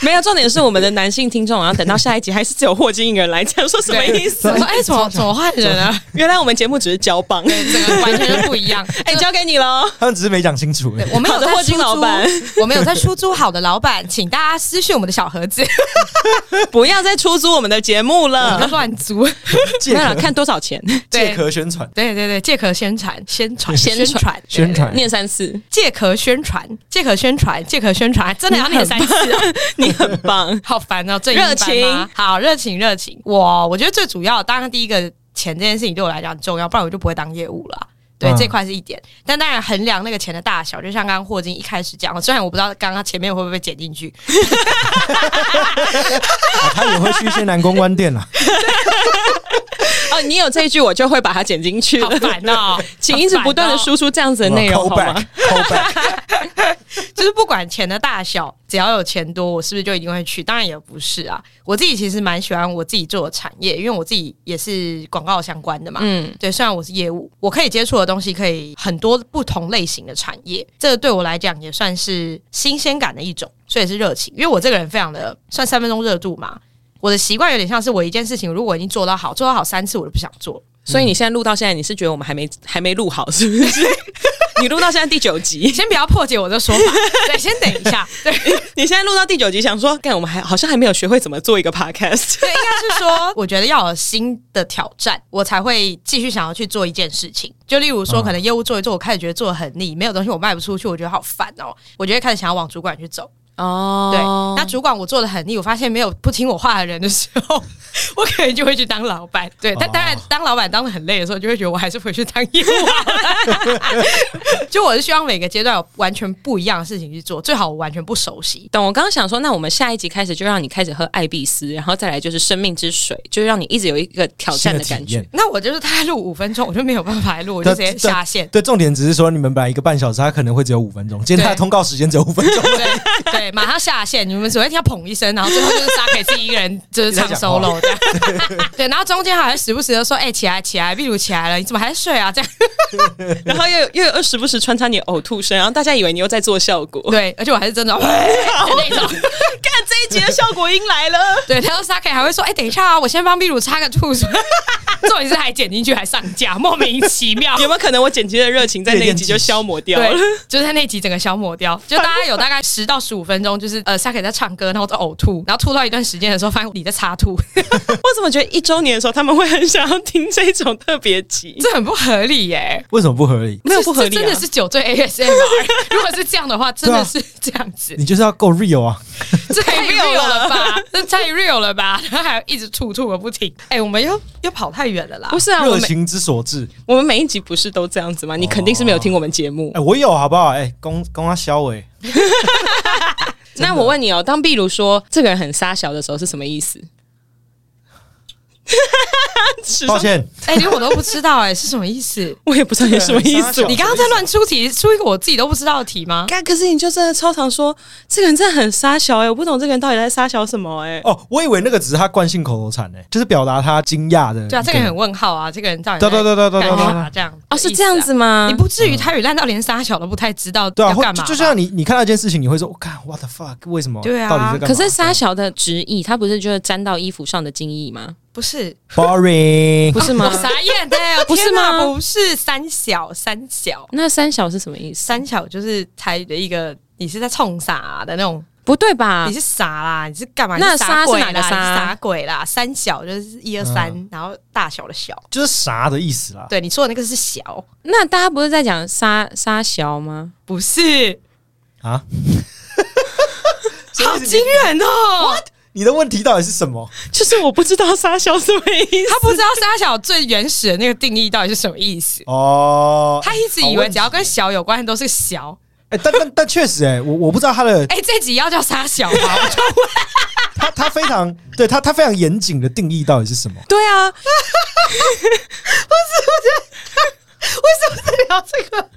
Speaker 1: 没有，重点是我们的男性听众，然后等到下一集还是只有霍金一个人来讲，说什么意思
Speaker 2: 我？说哎、怎么怎么换人啊？
Speaker 1: 原来我们节目只是交 棒，
Speaker 2: 对，整个完全是不一样。
Speaker 1: 哎、交给你喽。
Speaker 3: 他们只是没讲清楚、而已。
Speaker 2: 对我们有
Speaker 1: 好的
Speaker 2: 在
Speaker 1: 霍金
Speaker 2: 出租
Speaker 1: 老板，
Speaker 2: 我们有在出租好的老板，请大家私讯我们的小盒子，
Speaker 1: 不要再出租我们的节目
Speaker 2: 不要
Speaker 1: 了。
Speaker 2: 乱租。
Speaker 3: 借
Speaker 1: 没有啦
Speaker 3: 壳
Speaker 1: 看多少钱，
Speaker 3: 借
Speaker 2: 对
Speaker 3: 壳宣传。
Speaker 2: 对对对，借壳宣传，宣传，
Speaker 1: 宣传
Speaker 2: 传，
Speaker 3: 宣传
Speaker 1: 念三次，
Speaker 2: 借壳宣传，借壳宣传，借壳宣传，真的要念三次哦。。
Speaker 1: 你很棒
Speaker 2: 好烦哦，正音班吗好热情热情。我我觉得最主要，当然第一个钱这件事情对我来讲很重要，不然我就不会当业务了啊。对，
Speaker 3: 嗯
Speaker 2: 这块是一点，但当然衡量那个钱的大小，就像刚刚霍金一开始讲，的，虽然我不知道刚刚前面会不会被剪进去，
Speaker 3: 啊他也会去一些南宫湾店啊啦。
Speaker 1: 哦，你有这一句，我就会把它剪进去
Speaker 2: 好
Speaker 1: 了。
Speaker 2: 烦哦，
Speaker 1: 请一直不断的
Speaker 2: 好
Speaker 1: 输出这样子的内容好
Speaker 3: back
Speaker 1: 吗？
Speaker 3: call back，
Speaker 2: 烦哦，就是不管钱的大小，只要有钱多，我是不是就一定会去？当然也不是啊，我自己其实蛮喜欢我自己做的产业，因为我自己也是广告相关的嘛，
Speaker 1: 嗯，
Speaker 2: 对，虽然我是业务，我可以接触的东西可以很多不同类型的产业，这个对我来讲也算是新鲜感的一种，所以是热情。因为我这个人非常的算三分钟热度嘛，我的习惯有点像是我一件事情如果已经做到好，做到好三次我就不想做了。
Speaker 1: 所以你现在录到现在，你是觉得我们还没还没录好，是不是？你录到现在第九集，
Speaker 2: 先不要破解我的说 法，对，先等一下，对。
Speaker 1: 你现在录到第九集，想说，干，我们还好像还没有学会怎么做一个 podcast。
Speaker 2: 对，应该是说，我觉得要有新的挑战，我才会继续想要去做一件事情。就例如说，可能业务做一做，我开始觉得做的很腻，没有东西我卖不出去，我觉得好烦哦，我就会开始想要往主管去走。
Speaker 1: 哦
Speaker 2: 对，那主管我做的很腻，我发现没有不听我话的人的时候， 我可能就会去当老板。对，但
Speaker 3: 哦
Speaker 2: 当然当老板当的很累的时候，就会觉得我还是回去当业务好了。 就我是希望每个阶段有完全不一样的事情去做，最好我完全不熟悉。
Speaker 1: 懂，我刚刚想说，那我们下一集开始就让你开始喝艾必斯，然后再来就是生命之水，就是让你一直有一个挑战的
Speaker 3: 新
Speaker 1: 感
Speaker 3: 体
Speaker 1: 觉
Speaker 3: 验。。
Speaker 2: 那我就是大概录五分钟，我就没有办法来录，我就直接下线。
Speaker 3: 对，重点只是说你们本来一个半小时，他可能会只有五分钟，今天他的
Speaker 2: 对
Speaker 3: 通告时间只有五分钟。
Speaker 2: 对对，对，马上下线，你们只会听到砰一声，然后最后就是沙可以自己一个人就是唱 solo 这样。对，然后中间好像时不时的说：“哎、起来，起来，壁炉起来了，你怎么还在睡啊？”这样
Speaker 1: 然后又有又有时不时穿插你的呕吐声，然后大家以为你又在做效果。
Speaker 2: 对，而且我还是真的那种。
Speaker 1: 看这一集的效果音来了，
Speaker 2: 对，然后沙可还会说：“哎、等一下啊，我先帮壁炉擦个兔子。” 重点是还剪进去，还上架，莫名其妙。
Speaker 1: 有没有可能我剪辑的热情在那一集就消磨掉
Speaker 2: 对
Speaker 1: 了？，
Speaker 2: 就是在那集整个消磨掉，就大家有大概十到十五分钟，就是呃，沙可在唱歌，然后在呕吐，然后吐到一段时间的时候，发现你在擦吐，
Speaker 1: 我怎么觉得一周年的时候他们会很想要听这种特别集？
Speaker 2: 这很不合理耶、
Speaker 3: 为什么不合理？
Speaker 1: 没有不合理、
Speaker 2: 这
Speaker 1: 啊，
Speaker 2: 真的是酒醉 ASMR。如果是这样的话，真的是这样子，
Speaker 3: 你就是要够 real 啊！
Speaker 2: 这太
Speaker 1: 太
Speaker 2: real
Speaker 1: real
Speaker 2: 了
Speaker 1: 了
Speaker 2: 吧？这太 real 了吧？然后还一直吐吐个不停，
Speaker 4: 哎、我们又又跑太远了啦
Speaker 1: 不。是啊？我
Speaker 3: 热
Speaker 1: 们
Speaker 3: 情之所至。
Speaker 1: 我们每一集不是都这样子吗？你肯定是没有听我们节目。
Speaker 3: 哎、我有好不好？哎、公公他肖伟，
Speaker 1: 那我问你哦，当壁炉说这个人很沙小的时候是什么意思？始终
Speaker 3: 抱歉，
Speaker 2: 哎、连我都不知道哎、是什么意思？
Speaker 1: 我也不知道你什么意思。
Speaker 3: 哦
Speaker 2: 你刚刚在乱出题，出一个我自己都不知道的题吗？
Speaker 1: 干，可是你就真的超常说这个人真的很沙小哎、我不懂这个人到底在沙小什么哎、
Speaker 3: 哦，我以为那个只是他惯性口头禅呢、就是表达他惊讶的。
Speaker 2: 对啊，这个人很问号啊，这个人到底
Speaker 3: 对对对对
Speaker 2: 在
Speaker 3: 对对
Speaker 2: 干
Speaker 3: 对
Speaker 2: 嘛
Speaker 3: 对。
Speaker 2: 这样？
Speaker 1: 哦，是这样
Speaker 2: 的意思啊
Speaker 1: 子吗？
Speaker 2: 你不至于台语烂到连沙小都不太知道
Speaker 3: 对啊，
Speaker 2: 要
Speaker 3: 或
Speaker 2: 干
Speaker 3: 就
Speaker 2: 嘛吧
Speaker 3: 就像你，你看到一件事情，你会说，我看 what the fuck，为什么？
Speaker 4: 对啊
Speaker 3: 到底在干嘛？
Speaker 1: 可是沙小的直译，它不是就是沾到衣服上的精液吗？
Speaker 4: 不是，
Speaker 3: boring，
Speaker 1: 不是
Speaker 2: 哦我
Speaker 1: 吗？
Speaker 2: 傻眼的，
Speaker 1: 不是吗
Speaker 2: 天哪不
Speaker 4: 不是三小三小
Speaker 1: 那三小是什么意思？
Speaker 4: 三小，就是台语的一个，你是在冲啥、的那种，
Speaker 1: 不对吧
Speaker 2: 啊
Speaker 4: 你？是傻啦，你是干嘛？
Speaker 1: 那
Speaker 4: 你傻
Speaker 1: 傻是
Speaker 4: 鬼
Speaker 1: 哪个
Speaker 4: 啦
Speaker 1: 傻
Speaker 4: 你是傻鬼啦，三小就是一二
Speaker 3: 嗯
Speaker 4: 三，然后大小的小。
Speaker 3: 就是啥的意思啦。
Speaker 4: 对，你说的那个是小，
Speaker 1: 那大家不是在讲沙沙小吗？
Speaker 4: 不是，
Speaker 3: 啊，
Speaker 4: 好惊人哦！
Speaker 3: 你的问题到底是什么？
Speaker 1: 就是我不知道沙小什么意
Speaker 2: 他不知道沙小最原始的那个定义到底是什么意思。
Speaker 3: 哦，
Speaker 2: 他一直以为只要跟小有关的都是小，
Speaker 3: 哎、但但但确实、哎，我我不知道他的
Speaker 2: 哎、这集要叫沙小吗？我就
Speaker 3: 他他非常对他他非常严谨的定义到底是什 么？
Speaker 1: 对啊，
Speaker 4: 为什么在聊这个？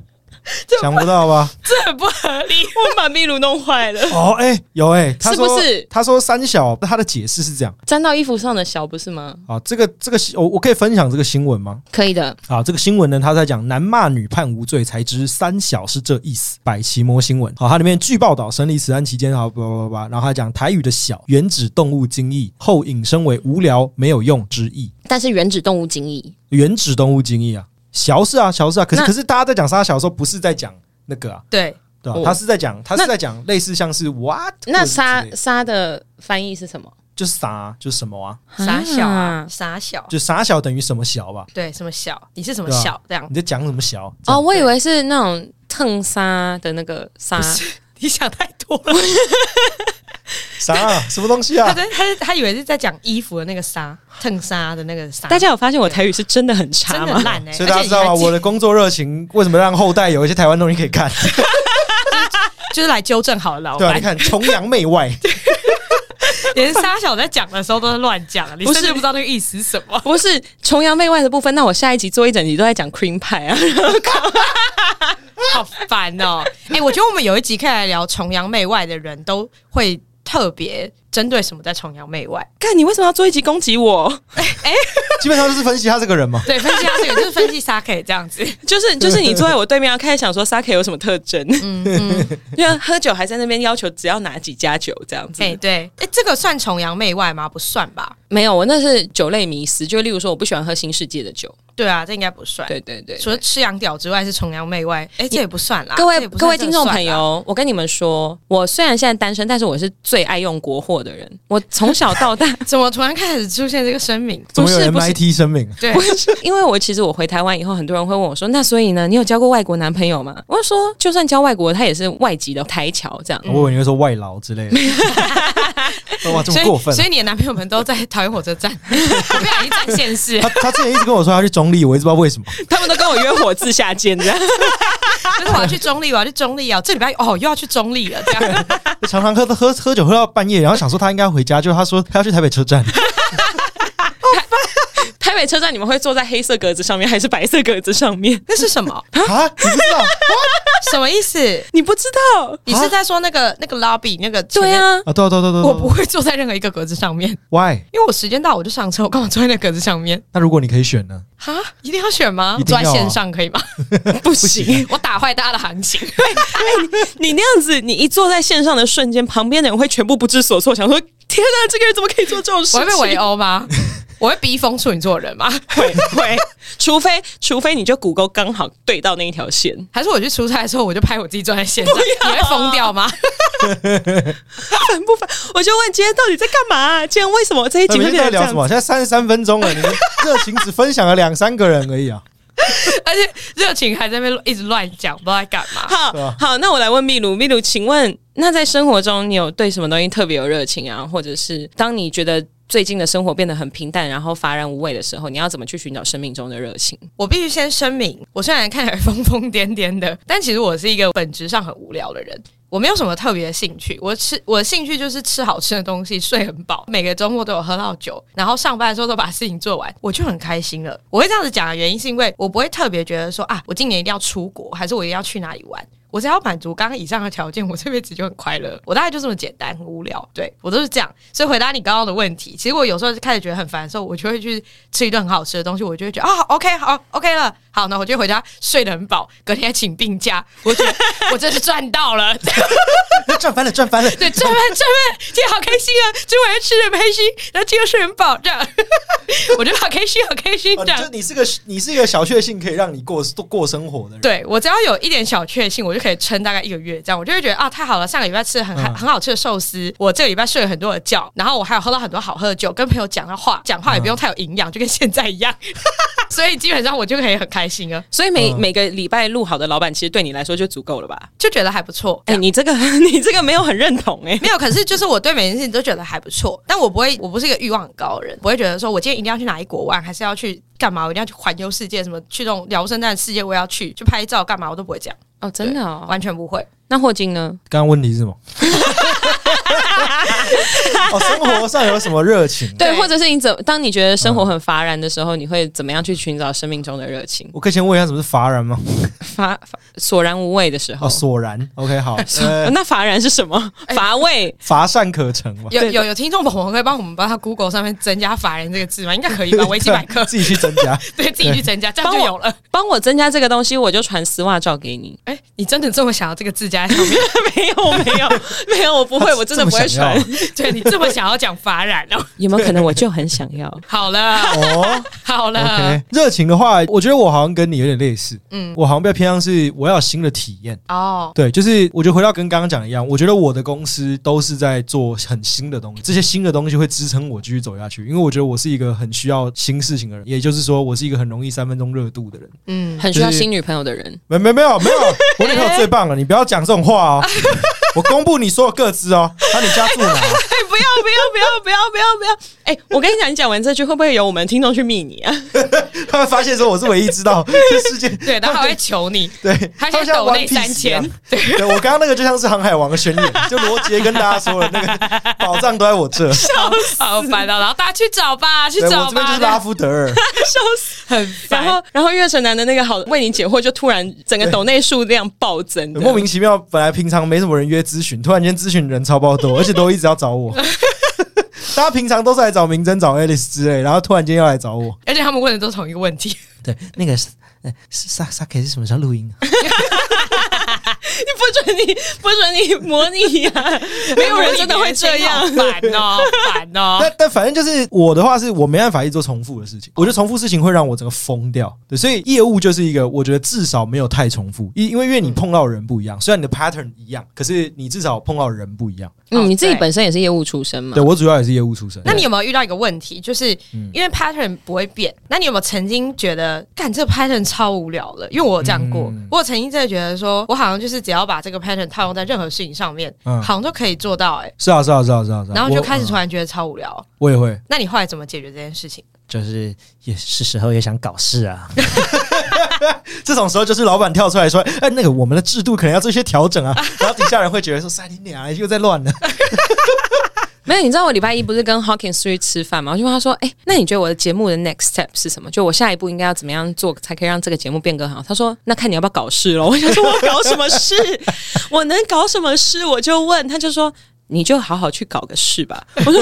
Speaker 3: 想不到吧？
Speaker 2: 这很不合理。
Speaker 1: 我把秘鲁弄坏了，
Speaker 3: 哦，哎、有哎、他
Speaker 1: 是不
Speaker 3: 说
Speaker 1: 是
Speaker 3: 他说三小，他的解释是这样
Speaker 1: 沾到衣服上的小不是吗？
Speaker 3: 啊，这个这个新我我可以分享这个新闻吗？
Speaker 1: 可以的，
Speaker 3: 啊，这个新闻呢，他在讲男骂女判无罪，才知三小是这意思。百奇摩新闻，好，它里面据报道，审理此案期间，好，叭叭叭叭，然后他讲台语的小原指动物精益，后引申为无聊没有用之意，
Speaker 1: 但是原指动物精液，
Speaker 3: 原指动物精益啊，小是啊，小是啊，可是
Speaker 1: 那
Speaker 3: 可是大家在讲沙小的时候，不是在讲那个啊，
Speaker 2: 对，
Speaker 3: 对吧、
Speaker 1: 哦
Speaker 3: 他是在讲，他
Speaker 1: 那
Speaker 3: 是在讲类似像是 what，
Speaker 1: 那
Speaker 3: 或者是
Speaker 1: 沙
Speaker 3: 之类的
Speaker 1: 沙的翻译是什么？
Speaker 3: 就是啥、就是什么啊，
Speaker 4: 傻小啊
Speaker 1: 啊，
Speaker 4: 傻小，
Speaker 3: 就傻小等于什么小吧？
Speaker 4: 对，什么小？你是什么
Speaker 3: 对啊
Speaker 4: 小？这样
Speaker 3: 你在讲什么小？
Speaker 1: 哦，我以为是那种蹭沙的那个沙，
Speaker 2: 你想太多了。
Speaker 3: 啥、什么东西啊
Speaker 4: 他？在他他以为是在讲衣服的那个纱，烫纱的那个纱，
Speaker 1: 大家有发现我台语是真的很
Speaker 4: 真
Speaker 1: 差
Speaker 4: 的
Speaker 1: 吗？
Speaker 4: 烂哎、欸！
Speaker 3: 所以大家
Speaker 4: 而且
Speaker 3: 知道
Speaker 4: 你
Speaker 3: 吗？
Speaker 4: 还记
Speaker 3: 我的工作热情为什么让后代有一些台湾东西可以看？
Speaker 4: 就是来纠正好了，老
Speaker 3: 对啊，
Speaker 4: 板
Speaker 3: 你，看崇洋媚外，
Speaker 2: 连沙小在讲的时候都是乱
Speaker 4: 啊
Speaker 2: 讲，你
Speaker 1: 不是
Speaker 2: 甚至不知道那个意思是什 么。
Speaker 1: 不是崇洋媚外的部分，那我下一集做一整集都在讲 cream pie 啊，
Speaker 2: 好烦哦！
Speaker 4: 哎、我觉得我们有一集可以来聊崇洋媚外的人都会特别针对什么在崇洋媚外。
Speaker 1: 看你为什么要做一集攻击我？
Speaker 3: 基本上就是分析他这个人嘛。
Speaker 2: 对，分析他这个就是分析沙 K 这样子，
Speaker 1: 就是就是你坐在我对面，要开始想说 sake 有什么特征，嗯嗯， 因为喝酒还在那边要求只要哪几家酒这样 子。
Speaker 4: 哎、对，哎、这个算崇洋媚外吗？不算吧。
Speaker 1: 没有，我那是酒类迷思，就例如说我不喜欢喝新世界的酒，
Speaker 4: 对啊，这应该不算。
Speaker 1: 对对对。
Speaker 4: 除了吃羊屌之外，是崇洋媚外。哎、这也不算啦。
Speaker 1: 各
Speaker 4: 这
Speaker 1: 位
Speaker 4: 也不
Speaker 1: 各
Speaker 4: 算
Speaker 1: 位听众朋
Speaker 4: 这算啦，
Speaker 1: 友，我跟你们说，我虽然现在单身，但是我是最爱用国货的人。我从小到 大，
Speaker 4: 怎么突然开始出现这个声明？
Speaker 3: 怎么有
Speaker 1: 不是不是
Speaker 3: MIT 声明？
Speaker 4: 对
Speaker 1: 不，是因为我其实我回台湾以后，很多人会问我说：“那所以呢，你有交过外国男朋友吗？”我就说，就算交外国，他也是外籍的台侨这样。
Speaker 3: 哦我以为你会说外劳之类的。哇，这
Speaker 2: 所
Speaker 3: 么
Speaker 2: 以
Speaker 3: 过分啊
Speaker 2: 所！以你的男朋友们都在桃园火车站， 不小心占线市，
Speaker 3: 他他之前一直跟我说他去中立，我一直不知道为什么。
Speaker 1: 他们都跟我约火字下见这样。
Speaker 4: 就是我要去中立，我要去中立啊！这礼拜哦又要去中立了，这样
Speaker 3: 常常喝喝喝酒喝到半夜，然后想说他应该回家，就他说他要去台北车站。
Speaker 1: 台北车站你们会坐在黑色格子上面还是白色格子上面？
Speaker 4: 那是什么？
Speaker 3: 啊，你不知道？
Speaker 4: 什么意思？
Speaker 1: 你不知道？
Speaker 4: 你是在说那个那个 lobby 那个？
Speaker 1: 对， 啊，
Speaker 3: 啊，对啊对啊对啊对啊，
Speaker 2: 我不会坐在任何一个格子上面，
Speaker 3: Why？
Speaker 4: 因为我时
Speaker 2: 时间到我就上车，我干嘛坐在那格子上面？
Speaker 3: 那如果你可以选呢？
Speaker 2: 哈，一定要选吗？
Speaker 3: 一定
Speaker 2: 坐
Speaker 3: 要啊
Speaker 2: 在线上可以吗？
Speaker 1: 啊不行！
Speaker 2: 我打坏大家的行 情。
Speaker 1: 你那样子，你一坐在线上的瞬间，旁边的人会全部不知所措，想说：天哪，这个人怎么可以做这种事
Speaker 2: 我
Speaker 1: 情？
Speaker 2: 会被围殴吗？ 我会逼疯处女座的人吗？
Speaker 1: 会会，除非除非你就骨沟刚好对到那一条线，
Speaker 2: 还是我去出差的时候我就拍我自己坐在线上？
Speaker 3: 啊
Speaker 2: 你会疯掉吗？
Speaker 1: 烦不烦？我就问今天到底在干嘛、今天为什么这一集
Speaker 3: 那你
Speaker 1: 会
Speaker 3: 们
Speaker 1: 变成这
Speaker 3: 现在聊
Speaker 1: 样
Speaker 3: 什
Speaker 1: 子？
Speaker 3: 么？现在三十三分钟了，你们热情只分享了两三个人而已啊！
Speaker 2: 而且热情还在那边一直乱讲，不知道在干嘛。
Speaker 3: 对
Speaker 1: 好
Speaker 3: 啊
Speaker 1: 好，那我来问秘鲁，秘鲁，请问那在生活中你有对什么东西特别有热情啊？或者是当你觉得最近的生活变得很平淡，然后乏然无味的时候，你要怎么去寻找生命中的热情？
Speaker 4: 我必须先声明，
Speaker 2: 我虽然看起来疯疯癫癫的，但其实我是一个本质上很无聊的人。我没有什么特别的兴趣，我吃我的兴趣就是吃好吃的东西，睡很饱，每个周末都有喝到酒，然后上班的时候都把事情做完，
Speaker 4: 我就很开心了。我会这样子讲的原因，是因为我不会特别觉得说啊，我今年一定要出国，还是我一定要去哪里玩。我只要满足刚刚以上的条件，我这辈子就很快乐。我大概就这么简单，很无聊。对我都是这样，所以回答你刚刚的问题，其实我有时候开始觉得很烦的时候，我就会去吃一顿很好吃的东西，我就会觉得啊，OK，好，OK 了，好，那我就回家睡得很饱，隔天还请病假，我觉得我真是赚到了。
Speaker 3: 赚翻了，赚翻了！
Speaker 4: 对，这份这份今天好开心啊！今晚上吃的很开心，然后今天睡得很饱，这样 我觉得好开心，好开心
Speaker 3: 哦
Speaker 4: 这
Speaker 3: 你
Speaker 4: 样
Speaker 3: 就。你是个你是一个小确幸，可以让你过过生活的人。
Speaker 4: 对我只要有一点小确幸，我就可以撑大概一个月这样，我就会觉得啊，太好了！上个礼拜吃了很、
Speaker 3: 嗯
Speaker 4: 很好吃的寿司，我这个礼拜睡了很多的觉，然后我还有喝到很多好喝的酒，跟朋友讲的话，讲话也不用太有营养，就跟现在一样， 所以基本上我就可以很开心了，
Speaker 1: 所以每、
Speaker 3: 嗯
Speaker 1: 每个礼拜录好的老板，其实对你来说就足够了吧？
Speaker 4: 就觉得还不错。
Speaker 1: 哎、你这个 你这个没有很认同哎、
Speaker 4: 没有，可是就是我对每件事情都觉得还不错，但我不会，我不是一个欲望很高的人，不会觉得说我今天一定要去哪一国玩，还是要去干嘛，我一定要去环游世界，什么去那种聊生蛋世界，我也要去，去拍照干嘛，我都不会这样，
Speaker 1: 哦，真的哦。
Speaker 4: 完全不会。
Speaker 1: 那霍金呢？
Speaker 3: 刚刚问题是什么？ 哦，生活上有什么热情？
Speaker 1: 对，
Speaker 4: 对
Speaker 1: 或者是你怎当你觉得生活很乏然的时候，你会怎么样去寻找生命中的热情？
Speaker 3: 我可以先问一下什么是乏然吗？
Speaker 1: 乏乏索哎然无味的时候哦
Speaker 3: 哦，，索然。OK，好，呃，
Speaker 1: 那乏然是什么？乏味。
Speaker 3: 乏善可陈 嘛。
Speaker 2: 有
Speaker 1: 对
Speaker 2: 有有听众朋友可以帮我们帮他 Google 上面增加“法人”这个字吗？应该可 以吧？维基百科
Speaker 3: 自己去增加。
Speaker 2: 对自己去增加，这样就
Speaker 1: 帮我
Speaker 2: 有了。
Speaker 1: 帮我增加这个东西，我就传丝袜照给你。
Speaker 2: 哎、你真的这么想要这个字加在上面？
Speaker 1: 没有，没 有，没有，我不会，我真的不会
Speaker 3: 这么
Speaker 1: 传
Speaker 3: 想。
Speaker 2: 对你这么想要讲法染哦？
Speaker 1: 有没有可能我就很想要？
Speaker 2: 好了，
Speaker 3: 哦
Speaker 2: 好了
Speaker 1: 嗯
Speaker 3: ，OK，热情的话，我觉得我好像跟你有点类似。嗯，我好像比较偏向是我要有新的体验。
Speaker 4: 哦，
Speaker 3: 对，就是我觉得回到跟刚刚讲的一样，我觉得我的公司都是在做很新的东西，这些新的东西会支撑我继续走下去，因为我觉得我是一个很需要新事情的人，也就是说，我是一个很容易三分钟热度的人。
Speaker 4: 嗯，
Speaker 1: 很需要新女朋友的人。
Speaker 3: 没没没有没有，我女朋友最棒了，你不要讲这种话哦。我公布你所有个资哦，那你家住
Speaker 1: 哎、 不
Speaker 3: 哪？
Speaker 1: 要，不要，不要，不要，不要，不要！哎、我跟你讲，你讲完这句，会不会有我们听众去密你 啊？
Speaker 3: 他们发现说我是唯一知道这世界
Speaker 2: 对，他还会求你，
Speaker 3: 对，
Speaker 2: 他
Speaker 3: 们
Speaker 2: 先
Speaker 3: 像
Speaker 2: 抖
Speaker 3: One
Speaker 2: 内三
Speaker 3: Piece 一样
Speaker 2: 千，
Speaker 3: 对我刚刚那个就像是航海王的宣言，就罗杰跟大家说了，那 个宝藏都在我这，
Speaker 2: 好烦啊！然后大家去找吧，去
Speaker 3: 对我
Speaker 2: 找
Speaker 3: 这边就是
Speaker 2: 吧，
Speaker 3: 拉夫德 尔。
Speaker 1: 笑死！
Speaker 2: 很
Speaker 1: 然
Speaker 2: 烦。
Speaker 1: 后，然后岳城南的那个好为你解惑，就突然整个抖内数量暴增的，
Speaker 3: 莫名其妙，本来平常没什么人约咨询，突然间咨询人超爆多，而且都一直要找 我。大家平常都是来找明真、找 Alice 之类，然后突然间要来找我。
Speaker 2: 而且他们问的都是同一个问题，
Speaker 3: 对，那个呃是萨萨 K 是什么时候录音、啊？
Speaker 1: 你不准你不准你模拟啊呀、 没有 人真的会这 样。
Speaker 2: 好烦哦，烦哦。
Speaker 3: 但但反正就是我的话，是我没办法一直做重复的事情。
Speaker 4: 哦
Speaker 3: 我觉得重复事情会让我整个疯掉。对，所以业务就是一个我觉得至少没有太重复，因因为因为你碰到的人不一
Speaker 4: 嗯
Speaker 3: 样，虽然你的 pattern 一样，可是你至少碰到的人不一样。
Speaker 1: 嗯，你自己
Speaker 4: 对
Speaker 1: 本身也是业务出身嘛
Speaker 3: 对？我主要也是业务出身。
Speaker 4: 嗯那你有没有遇到一个问题，就是
Speaker 2: 嗯
Speaker 4: 因为 pattern 不会变？那你有没有曾经觉得，干这个 pattern 超无聊了？因为我有这样过，
Speaker 3: 嗯
Speaker 4: 我有曾经真的觉得说，我好像就是只要把这个 pattern 套用在任何事情上面，
Speaker 3: 嗯
Speaker 4: 好像都可以做到、欸，
Speaker 3: 是啊是啊是啊是啊是啊，
Speaker 4: 然后就开始
Speaker 2: 嗯
Speaker 3: 我
Speaker 4: 突然觉得超无聊。
Speaker 3: 我也会。
Speaker 4: 那你后来怎么解决这件事情？
Speaker 5: 就是也是时候也想搞事啊。
Speaker 3: 这种时候就是老板跳出来说：“哎，那个我们的 制度可能要做一些调整啊。”然后底下人会觉得说：“塞你娘，又在乱了。”
Speaker 1: 没有，你知道我礼拜一不是跟 Hawkins 出去吃饭吗？我就问他说：“哎、那你觉得我的节目的 next step 是什么？就我下一步应该要怎么样做才可以让这个节目变更好？”他说：“那看你要不要搞事咯。”我想说：“我要搞什么 事？我能搞什么事？”我就问他，就说：“你就好好去搞个事吧。”我说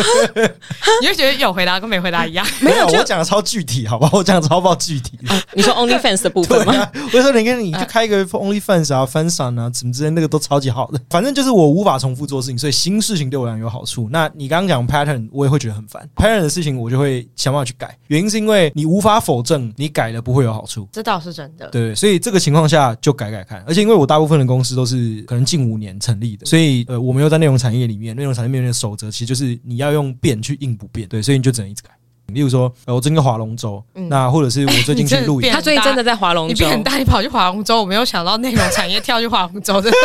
Speaker 2: 你会觉得有回答跟没回答一 样。
Speaker 3: 没有，我讲的超具体，好吧？我讲的超爆具体。：“
Speaker 1: 你说 OnlyFans 的部
Speaker 3: 对
Speaker 1: 分吗？”
Speaker 3: 啊， 我说你跟你就
Speaker 2: 哎
Speaker 3: 开一个 OnlyFans 啊、翻闪啊什么之类，那个都超级好的。 反正就是我无法重复做事情，所以新事情对我来讲有好处。那你刚刚讲 pattern，我也会觉得很烦。pattern 的事情我就会想办法去改，原因是因为你无法否证你改了不会有好处。
Speaker 4: 这倒是真
Speaker 2: 呃
Speaker 4: 的。
Speaker 3: 对，所以这个情况下就改改看。而且因为我大部分的公司都是可能近五年成立的，所以呃，我们又在内容产业里面，内容产业里面的守则其实就是你要用变去应不变，对，所以你就只能一直改。例如说，呃，我最近划龙舟，那或者是我最近
Speaker 2: 嗯你
Speaker 3: 去
Speaker 2: 真的
Speaker 3: 露营
Speaker 2: 变，
Speaker 1: 他最近真的在划龙
Speaker 2: 你
Speaker 1: 舟
Speaker 2: 变，很大，你跑去划龙舟，我没有想到内容产业跳去划龙 舟，真的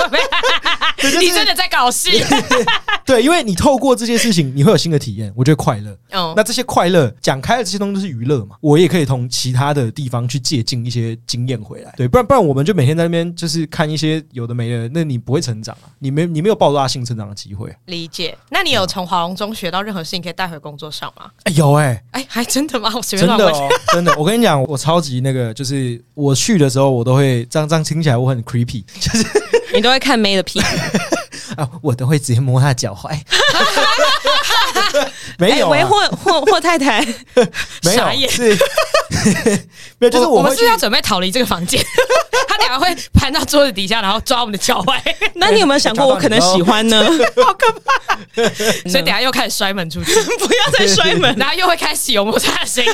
Speaker 2: 你真的在搞事。
Speaker 3: 对，因为你透过这些事情，你会有新的体验，我觉得快乐。
Speaker 4: 嗯，
Speaker 3: 那这些快乐讲开了，这些东西是娱乐嘛，我也可以从其他的地方去借鉴一些经验回来。对，不然不然我们就每天在那边就是看一些有的没的，那你不会成长啊，你没你没有爆炸性成长的机会啊。
Speaker 4: 理解。那你有从华龙中学到任何事情可以带回工作上吗？
Speaker 3: 哎、有哎、
Speaker 4: 哎，还真的吗？我随
Speaker 3: 真
Speaker 4: 便乱
Speaker 3: 的
Speaker 4: 问。
Speaker 3: 哦， 真的，我跟你讲，我超级那个，就是我去的时候，我都会这样这样听起来我很 creepy
Speaker 1: 你都会看妹的屁股。
Speaker 3: 啊，我都会直接摸他的脚 踝，没有、啊，
Speaker 1: 哎喂，霍霍霍太太，
Speaker 3: 没
Speaker 2: 傻
Speaker 3: 有
Speaker 2: 眼
Speaker 3: 是， 没有，就是
Speaker 2: 我
Speaker 3: 我
Speaker 2: 们
Speaker 3: 会
Speaker 2: 是不
Speaker 3: 去
Speaker 2: 是要准备逃离这个房间？ 他等下会攀到桌子底下，然后抓我们的脚 踝，
Speaker 1: 那你有没有想过我可能喜欢呢？
Speaker 2: 所以等下又开始摔门 出去，
Speaker 1: 不要再摔 门了。
Speaker 2: 然后又会开始有摩擦的声音。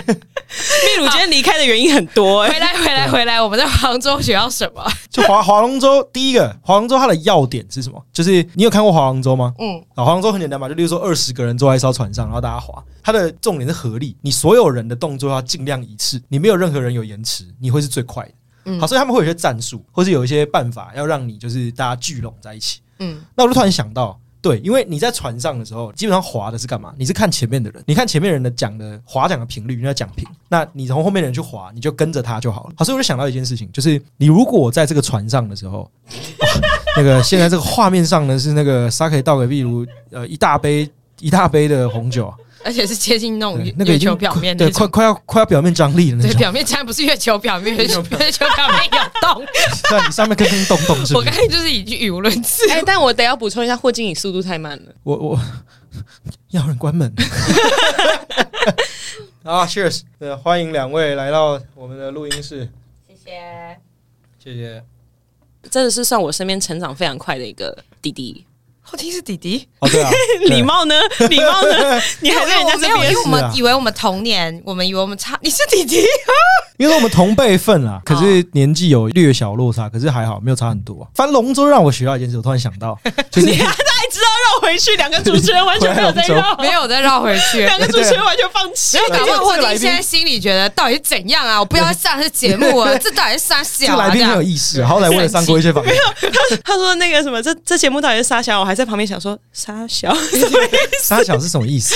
Speaker 1: 秘鲁今天离开的原因很多、哎
Speaker 2: 回来，回来，回来！我们在杭州学到什么？
Speaker 3: 就划划龙舟，第一个划龙舟它的要点是什么？就是你有看过划龙舟吗？
Speaker 4: 嗯，
Speaker 3: 啊，划龙舟很简单嘛，就例如说二十个人坐在一艘船上，然后大家划，它的重点是合力，你所有人的动作要尽量一致，你没有任何人有延迟，你会是最快的。好，所以他们会有一些战术，或是有一些办法，要让你就是大家聚拢在一起。
Speaker 4: 嗯，
Speaker 3: 那我就突然想到，对，因为你在船上的时候，基本上划的是干嘛？你是看前面的人，你看前面人的讲的划桨的频率，你要讲频。那你从后面的人去划，你就跟着他就好了。好，所以我就想到一件事情，就是你如果在这个船上的时候，那个现在这个画面上呢是那个沙可以倒给壁炉，呃，一大杯一大杯的红酒啊，
Speaker 2: 而且是接近那种
Speaker 3: 对
Speaker 2: 月
Speaker 3: 那个已
Speaker 2: 月
Speaker 3: 经
Speaker 2: 球表面
Speaker 3: 对
Speaker 2: 那
Speaker 3: 快
Speaker 2: 种。
Speaker 3: 快要快要表面张力了那
Speaker 2: 对，
Speaker 3: 种，
Speaker 2: 表面当然不是月球表面，月球月球表面有洞。
Speaker 3: 那你上面坑坑洞洞 是
Speaker 2: 我
Speaker 3: 不是
Speaker 2: 刚？才就是已经语无伦次。
Speaker 1: 哎、但我得要补充一下，霍经理速度太慢了。
Speaker 3: 我我要人关 门。啊，Cheers！呃，欢迎两位来到我们的录音室，
Speaker 4: 谢谢。
Speaker 3: 谢谢。
Speaker 1: 真的是算我身边成长非常快的一个弟弟。
Speaker 4: 后听是弟弟，
Speaker 3: 哦， 对啊，
Speaker 1: 礼貌呢？礼貌呢？你还在人家
Speaker 4: 没
Speaker 1: 这
Speaker 4: 有，因
Speaker 1: 边
Speaker 4: 为？我
Speaker 3: 是啊
Speaker 4: 们以为我们童年，我们以为我们差，你是弟弟，
Speaker 3: 因为我们同辈份啦，可是年纪有略小落差，可是还好没有差很多、啊。翻龙舟让我学到一件事，我突然想到，就是
Speaker 1: 绕回去，两个主持人完全没有在
Speaker 3: 回来
Speaker 1: 绕，
Speaker 2: 没有再绕回 去。
Speaker 1: 两个主持人完全放弃。
Speaker 2: 搞不好
Speaker 3: 这
Speaker 2: 霍
Speaker 3: 个 来
Speaker 2: 金
Speaker 3: 宾
Speaker 2: 现在心里觉得到底是怎样 啊？我不要再上这节目啊！这到底是啥
Speaker 3: 这
Speaker 2: 小
Speaker 3: 个
Speaker 2: 啊？
Speaker 3: 来
Speaker 2: 这
Speaker 3: 宾很有
Speaker 2: 样
Speaker 3: 意思，好歹我也上过一些访问。
Speaker 1: 他说那个什么，这这节目到底是沙小？我还在旁边想说沙小，
Speaker 3: 沙小是什么意思？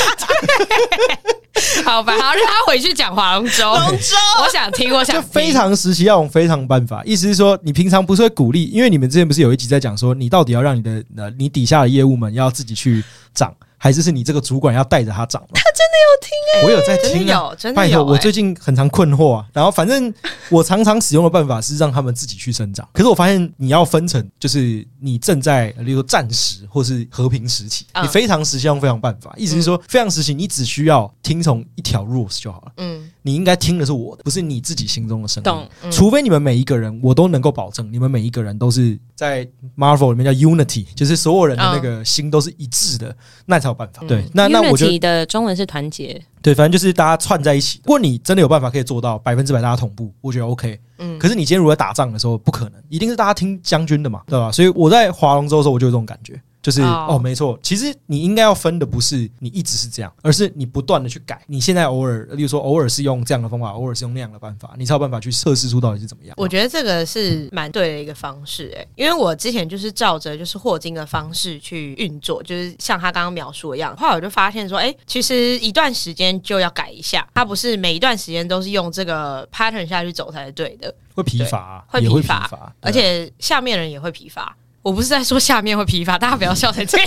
Speaker 2: 好吧，好让他回去讲划龙舟。龙舟，我想听，我想
Speaker 3: 就
Speaker 2: 听
Speaker 3: 非常时期要用非常办法，意思是说，你平常不是会鼓励，因为你们之前不是有一集在讲说，你到底要让你的呃你底下的业务们要自己去涨，还是是你这个主管要带着他涨嘛？他真的有听哎、我有在
Speaker 4: 真
Speaker 3: 听、
Speaker 4: 的
Speaker 3: 啊。
Speaker 4: 有，真的
Speaker 3: 拜托，
Speaker 4: 有、
Speaker 3: 我
Speaker 4: 哎
Speaker 3: 最近很常困惑啊。然后，反正我常常使用的办法是让他们自己去生长。可是我发现你要分成，就是你正在，呃例如说战时或是和平时期，
Speaker 4: 嗯
Speaker 3: 你非常时期用非常办法。意思是说，非常时期你只需要听从一条 rules 就好了。
Speaker 4: 嗯，
Speaker 3: 你应该听的是我的，不是你自己心中的声音。
Speaker 1: 懂
Speaker 3: 嗯
Speaker 2: 嗯
Speaker 3: 除非你们每一个人，我都能够保证，你们每一个人都是在 Marvel 里面叫 Unity，就是所有人的那个心都是一致的，那才有办法。
Speaker 2: 嗯
Speaker 3: 对，那那我就
Speaker 1: 的中文是团结，
Speaker 3: 对，反正就是大家串在一起。如果你真的有办法可以做到百分之百大家同步，我觉得 OK。
Speaker 4: 嗯
Speaker 3: 可是你今天如果打仗的时候，不可能，一定是大家听将军的嘛，对吧？所以我在划龙舟的时候，我就有这种感觉。就是
Speaker 4: 哦
Speaker 3: 哦，没错，其实你应该要分的不是你一直是这样，而是你不断的去改。你现在偶尔，例如说偶尔是用这样的方法，偶尔是用那样的办法，你才有办法去测试出到底是怎么样。
Speaker 4: 我觉得这个是蛮对的一个方式、欸，因为我之前就是照着就是霍金的方式去运作，就是像他刚刚描述的一样。后来我就发现说，哎、其实一段时间就要改一下，他不是每一段时间都是用这个 pattern 下去走才是对的，
Speaker 3: 会疲乏啊，
Speaker 4: 会
Speaker 3: 也
Speaker 4: 疲
Speaker 3: 会疲
Speaker 4: 乏，
Speaker 3: 乏，
Speaker 4: 而且 下面人也会疲乏。我不是在说下面会疲乏，大家不要笑成这样。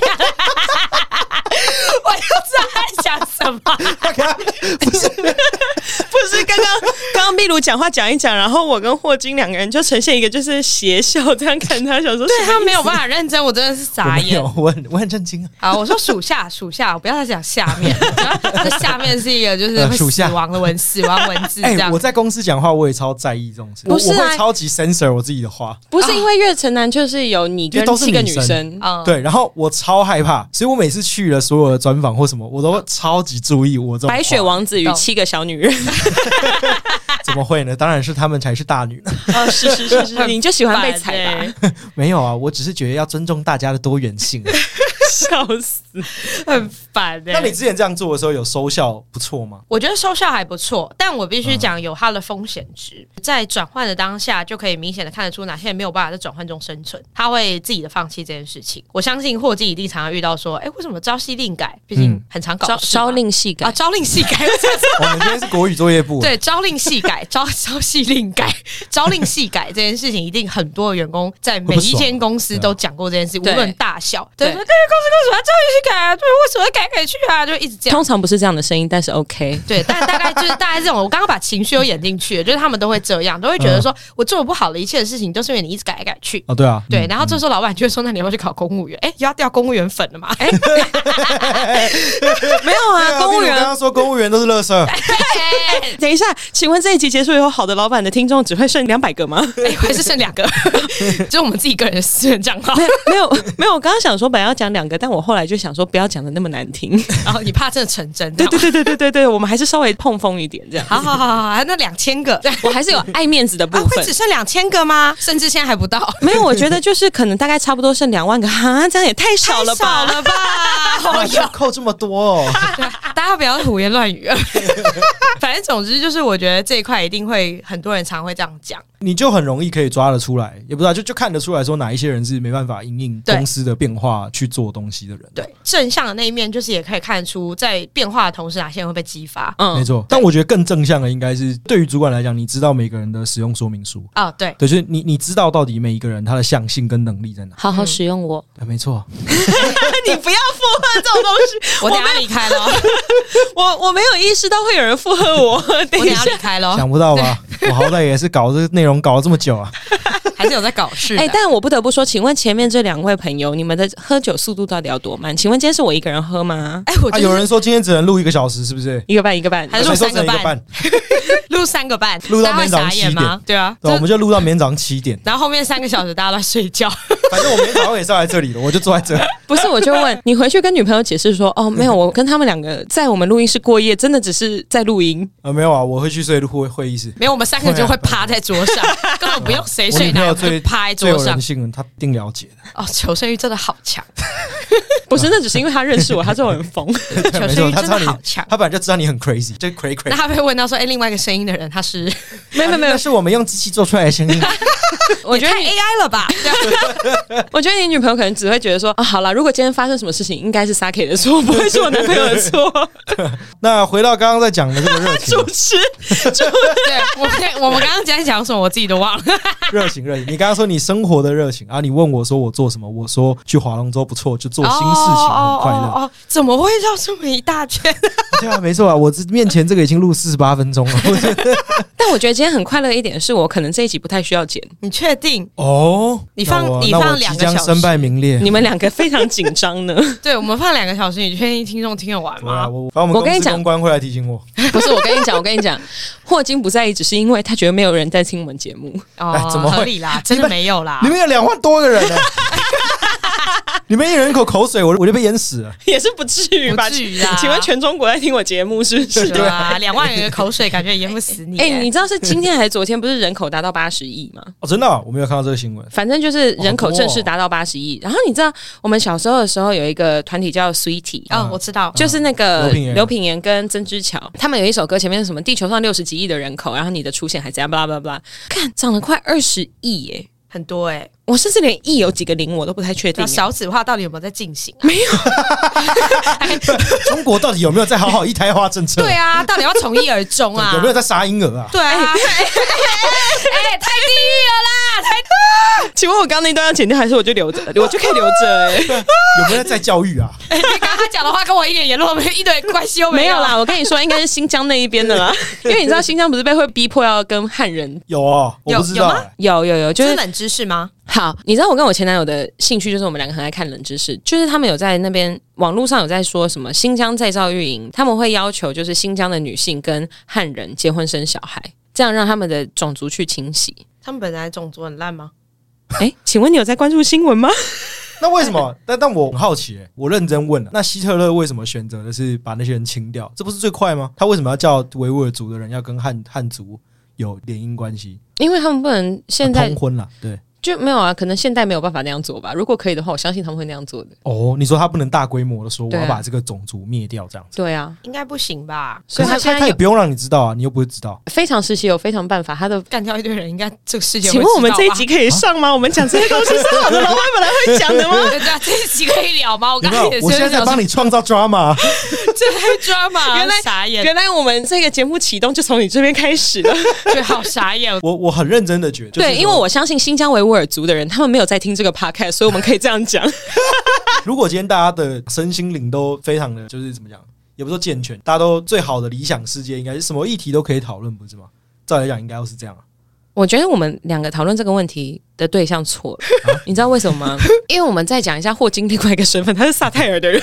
Speaker 6: 想什么？
Speaker 1: 不是刚刚刚刚秘鲁讲话讲一讲，然后我跟霍金两个人就呈现一个就是邪笑这样看他，想说
Speaker 6: 对他没有办法认真，我真的是
Speaker 3: 啊
Speaker 7: 我
Speaker 6: 傻
Speaker 7: 没
Speaker 6: 眼
Speaker 7: 有。，我很我很震惊啊！
Speaker 2: 好，我说属下，属下，不要再讲下面， 这下面是一个就是
Speaker 7: 呃
Speaker 2: 会
Speaker 7: 属
Speaker 2: 死
Speaker 7: 下
Speaker 2: 亡的文，死亡文字
Speaker 3: 哎
Speaker 2: 这、样
Speaker 3: 我。在公司讲话，我也超在意这种事，
Speaker 1: 不是啊
Speaker 3: 我我会超级 censor 我自己的话。
Speaker 1: 不是因为月城南就是有你
Speaker 3: 因
Speaker 1: 跟
Speaker 3: 为都是
Speaker 1: 七个
Speaker 3: 女
Speaker 1: 女
Speaker 3: 生
Speaker 1: 生，
Speaker 2: 嗯，
Speaker 3: 对，然后我超害怕，所以我每次去了所有的专访或什么，我都会超级注意我这种
Speaker 1: 嗯
Speaker 3: 话
Speaker 1: 白雪王子与七个小女人。
Speaker 3: 怎么会呢？当然是他们才是大女。
Speaker 1: 哦，是是 是是，你就喜欢被踩吧，
Speaker 2: 欸
Speaker 6: 吧？
Speaker 3: 没有啊，我只是觉得要尊重大家的多元 性。
Speaker 1: 笑死！
Speaker 6: 很烦
Speaker 2: 欸
Speaker 6: 的、
Speaker 3: 那你之前这样做的时候有收效不错吗？
Speaker 2: 我觉得收效还不错，但我必须讲
Speaker 1: 嗯
Speaker 2: 有它的风险值，在转换的当下就可以明显的看得出哪些人没有办法在转换中生存，他会自己的放弃这件事情。我相信霍金一定常常遇到说，哎、为什么朝夕令改？毕竟
Speaker 3: 嗯
Speaker 2: 很常搞
Speaker 1: 朝
Speaker 2: 事嘛
Speaker 1: 朝令夕改
Speaker 2: 啊，，朝令夕 改，
Speaker 3: 我哦们今天是国语作业 部，
Speaker 2: 对，朝令夕改，朝朝夕令改， 朝令夕改这件事情，一定很多的员工在每
Speaker 3: 会不
Speaker 2: 一
Speaker 3: 爽
Speaker 2: 间公司都讲过这件事，
Speaker 1: 对
Speaker 2: 无论大小，对，
Speaker 1: 对
Speaker 2: 说这个公司为什么要朝令夕改啊？对，为什么要改改去啊？就一直这样。
Speaker 1: 通常不是这样的声音，但是 OK。
Speaker 2: 对，但大概就是大概这种，我刚刚把情绪都演进去了，就是他们都会这样，都会觉得说我做的不好的一切的事情，都是因为你一直改来改去。
Speaker 3: 哦，对啊，
Speaker 2: 对，然后这时候老板就会说：“那你要不要去考公务员？哎、又要掉公务员粉了嘛？哎、
Speaker 1: 没有
Speaker 3: 对
Speaker 1: 啊，
Speaker 3: 啊，
Speaker 1: 公务
Speaker 3: 例如我刚
Speaker 1: 员。
Speaker 3: 刚说公务员都是垃 圾，
Speaker 1: 等一下，请问这一集结束以后，好的老板的听众只会剩两百个吗？
Speaker 2: 哎还是剩两个， 就是我们自己个人的私人账号。
Speaker 1: 没有没有没有，我刚刚想说本来要讲两个，但我后来就想说不要讲的那么难听。
Speaker 2: 然后你怕真的成真？
Speaker 1: 对对对对对对对，我们还是稍微碰风一点这样。
Speaker 2: 好好好好好，那两千个，对
Speaker 1: 我还是有爱面子的部
Speaker 2: 啊，会
Speaker 1: 分
Speaker 2: 只。剩两千个吗？甚至现在还不到，
Speaker 1: 没有，我觉得就是可能大概差不多剩两万个，哈，这样也太少了吧？
Speaker 2: 太少了吧？
Speaker 1: 哦
Speaker 3: 哇要 扣这么多哦，
Speaker 2: 大家不要胡言乱语 啊！反正总之就是，我觉得这一块一定会很多人常会这样讲。
Speaker 3: 你就很容易可以抓得出来，也不知道就就看得出来说哪一些人是没办法因应
Speaker 2: 对
Speaker 3: 公司的变化去做东西的人。
Speaker 2: 对，正向的那一面就是也可以看出，在变化的同时，哪些人会被激发。
Speaker 1: 嗯
Speaker 3: 没错，但我觉得更正向的应该是，对于主管来讲，你知道每个人的使用说明书，
Speaker 2: 啊、 对，
Speaker 3: 对，就是你你知道到底每一个人他的向性跟能力在哪。
Speaker 1: 好好使用我。
Speaker 3: 啊没错，
Speaker 1: 你不要附和这种东西，
Speaker 2: 我等一下离开了，
Speaker 1: 我我没有意识到会有人附和我。
Speaker 2: 我
Speaker 1: 等
Speaker 2: 等
Speaker 1: 一
Speaker 2: 一下
Speaker 1: 下，
Speaker 2: 离开了，
Speaker 3: 想不到吧？我好歹也是搞这个内容搞了这么 久啊，
Speaker 2: 还是有在搞事的。
Speaker 1: 哎、但我不得不说，请问前面这两位朋友，你们的喝酒速度到底要多慢？请问今天是我一个人喝吗？
Speaker 2: 哎、我、
Speaker 3: 啊，
Speaker 2: 就是
Speaker 3: 有人说今天只能录一个小时，是不是？
Speaker 1: 一个半，一个半。
Speaker 2: 还是录
Speaker 3: 谁说
Speaker 2: 三个
Speaker 3: 只能
Speaker 2: 半
Speaker 3: 一半，
Speaker 2: 录三个半，
Speaker 3: 录
Speaker 2: 大
Speaker 3: 到
Speaker 2: 家会
Speaker 3: 明早上
Speaker 2: 傻眼
Speaker 3: 7
Speaker 2: 吗？对啊，
Speaker 3: 对，我
Speaker 2: 就。
Speaker 3: 们就录到明天早上七点
Speaker 2: 然后后面三个小时大家都在睡觉，
Speaker 3: 反正我明天早上也是要来这里的，我就坐在这。
Speaker 1: 不是，我就 问你回去跟女朋友解释说，哦，没有，我跟他们两个在我们录音室过夜，真的只是在录音。
Speaker 3: 啊，没有啊，我会去睡会会议室。
Speaker 2: 没有，我们三个就会趴在桌上，根本不用谁
Speaker 3: 我
Speaker 2: 睡
Speaker 3: 女朋
Speaker 2: 哪，
Speaker 3: 友
Speaker 2: 我们就
Speaker 3: 最
Speaker 2: 趴在
Speaker 3: 最
Speaker 2: 桌
Speaker 3: 有
Speaker 2: 上
Speaker 3: 人。性了，她一定了解的。
Speaker 2: 哦，求生欲真的好强，
Speaker 1: 不是，那只是因为他认识我，他说我很 疯。
Speaker 2: 求生
Speaker 3: 没错，
Speaker 2: 欲
Speaker 3: 她
Speaker 2: 真
Speaker 3: 知道
Speaker 2: 的
Speaker 3: 你
Speaker 2: 好强，。
Speaker 3: 她本来就知道你很 crazy，就是 crazy
Speaker 2: 那
Speaker 3: crazy。
Speaker 2: 他被问到说，哎、另外一个声音的人他是，
Speaker 1: 没有没有没有
Speaker 3: 那，是我们用机器做出来的声音。
Speaker 1: 我觉得你
Speaker 2: 也 太 AI 了吧？啊这样
Speaker 1: 我觉得你女朋友可能只会觉得说啊，好啦，如果今天发生什么事情，应该是 Saki 的错，不会是我男朋友的 错。
Speaker 3: 那回到刚刚在讲的这个 热情
Speaker 1: 主，持
Speaker 2: 对，我们我们刚刚在讲什么，我自己都忘了。
Speaker 3: 热情，热情。你刚刚说你生活的热情啊，你问我说我做什么，我说去划龙舟不错，就做新事情很快
Speaker 2: 哦哦哦
Speaker 3: 乐。
Speaker 2: 哦，怎么会绕这么一大圈？
Speaker 3: 对啊，没错啊，我这面前这个已经录四十八分钟了。 我觉得
Speaker 1: 但我觉得今天很快乐一点是，我可能这一集不太需要 剪，
Speaker 2: 你确定？
Speaker 3: 哦，
Speaker 2: 你放
Speaker 3: 那我
Speaker 2: 你
Speaker 3: 那我
Speaker 2: 放两
Speaker 3: 即
Speaker 2: 个
Speaker 3: 将
Speaker 2: 小
Speaker 3: 身
Speaker 2: 时
Speaker 3: 败名裂。
Speaker 1: 你们两个非常紧张呢。
Speaker 2: 对我们放两个小时，你确定听众听得完
Speaker 3: 对啊，
Speaker 2: 吗？
Speaker 3: 我反正我
Speaker 1: 我跟
Speaker 3: 们公
Speaker 1: 你
Speaker 3: 司
Speaker 1: 讲
Speaker 3: 公关会来提醒我。
Speaker 1: 不是，我跟你讲，我跟你讲，霍金不在意，只是因为他觉得没有人在听我们节目。
Speaker 3: 哎
Speaker 2: 哦，
Speaker 3: 怎么会
Speaker 2: 合理啦？真的没有啦
Speaker 3: 你。们有两万多个 人呢、啊你们一人一口口水，我我就被淹死了。
Speaker 1: 也是不至于吧？
Speaker 2: 不至于啊啦
Speaker 1: 请问全中国在听我节目 是不是？
Speaker 2: 对啊，两万人的口水感觉也淹不死你。
Speaker 1: 哎、你知道是今天还是昨天，不是人口达到八十亿吗？
Speaker 3: 哦，真的啊、我没有看到这个新闻。
Speaker 1: 反正就是人口正式达
Speaker 2: 哦
Speaker 1: 到八十亿。然后你知道，我们小时候的时候有一个团体叫 Sweetie，、
Speaker 3: 嗯
Speaker 2: 哦，我知道，
Speaker 1: 就是那个
Speaker 3: 刘品言
Speaker 1: 刘品言跟曾之乔，他们有一首歌，前面是什么“地球上六十几亿的人口，然后你的出现还怎样”，巴拉巴拉巴拉，看涨了快二十亿耶！
Speaker 2: 很多哎。
Speaker 1: 我甚至连亿有几个零我都不太 确定
Speaker 2: 那
Speaker 1: 耶。
Speaker 2: 少子化到底有没有在进行啊？
Speaker 3: 中国到底有没有在好好一胎化政策？
Speaker 2: 对啊，到底要从一而终 啊？
Speaker 3: 有没有在杀婴儿啊？
Speaker 2: 对啊，哎、哎哎太地狱了啦！太
Speaker 1: 请问我刚刚那段要剪掉，还是我就留着？我就可以留着、欸？
Speaker 3: 有没有在教育啊？
Speaker 2: 哎他讲的话跟我一点言论没一点关系 都
Speaker 1: 没
Speaker 2: 没有
Speaker 1: 有
Speaker 2: 啦。
Speaker 1: 啦，我跟你说，应该是新疆那一边的啦， 因为你知道新疆不是被会逼迫要跟汉人。
Speaker 3: 有哦，我
Speaker 4: 有
Speaker 3: 不知道
Speaker 4: 有吗
Speaker 3: 欸。
Speaker 1: 有有有，
Speaker 4: 这
Speaker 1: 就
Speaker 4: 是
Speaker 1: 是
Speaker 4: 冷知识吗？
Speaker 1: 好，你知道我跟我前男友的兴趣就是我们两个很爱看冷知识，就是他们有在那边网络上有在说什么新疆再造运营，他们会要求就是新疆的女性跟汉人结婚生小孩，这样让他们的种族去清洗。
Speaker 4: 他们本来种族很烂吗？
Speaker 1: 哎、请问你有在关注新闻吗？
Speaker 3: 那为什么？ 但但我很好奇欸，我认真问了，那希特勒为什么选择的是把那些人清掉？这不是最快吗？他为什么要叫维吾尔族的人要跟汉汉族有联姻关系？
Speaker 1: 因为他们不能现在
Speaker 3: 通婚了，对。
Speaker 1: 就没有啊，可能现代没有办法那样做吧。如果可以的话，我相信他们会那样做的。
Speaker 3: 哦，你说他不能大规模的说我
Speaker 1: 对
Speaker 3: 要
Speaker 1: 啊
Speaker 3: 把这个种族灭掉这样子，
Speaker 1: 对啊，
Speaker 4: 应该不行吧？
Speaker 1: 所以
Speaker 3: 可
Speaker 1: 他
Speaker 3: 是他
Speaker 1: 现
Speaker 3: 他
Speaker 1: 在
Speaker 3: 也
Speaker 1: 有
Speaker 3: 不用让你知道啊，你又不会知道。
Speaker 1: 非常时期有非常办法，他的。
Speaker 4: 干掉一堆人，应该这个世界。
Speaker 1: 请问我们这一集，可以上吗？我们讲这些东西是我的老板本来会 讲的吗？
Speaker 2: 对对啊，这一集可以聊吗？我
Speaker 3: 有
Speaker 2: 刚
Speaker 3: 没
Speaker 2: 刚
Speaker 3: 有
Speaker 2: 也？是
Speaker 3: 我现在在帮你创造 drama，啊
Speaker 2: 这太抓马，
Speaker 1: 原来
Speaker 2: 傻眼，
Speaker 1: 原来我们这个节目启动就从你这边开始了。
Speaker 2: 觉得好傻 眼。
Speaker 3: 我我很认真的觉得，就是
Speaker 1: 对，
Speaker 3: 说
Speaker 1: 因为我相信新疆维吾尔族的人，他们没有在听这个 podcast，所以我们可以这样讲。
Speaker 3: 如果今天大家的身心灵都非常的，就是怎么讲，也不说健全，大家都最好的理想世界，应该是什么议题都可以讨论，不是吗？照来讲，应该要是 这样啊。
Speaker 1: 我觉得我们两个讨论这个问题的对象错了，你知道为什么 吗？因为我们再讲一下霍金另外一个身份，他是萨泰尔的人，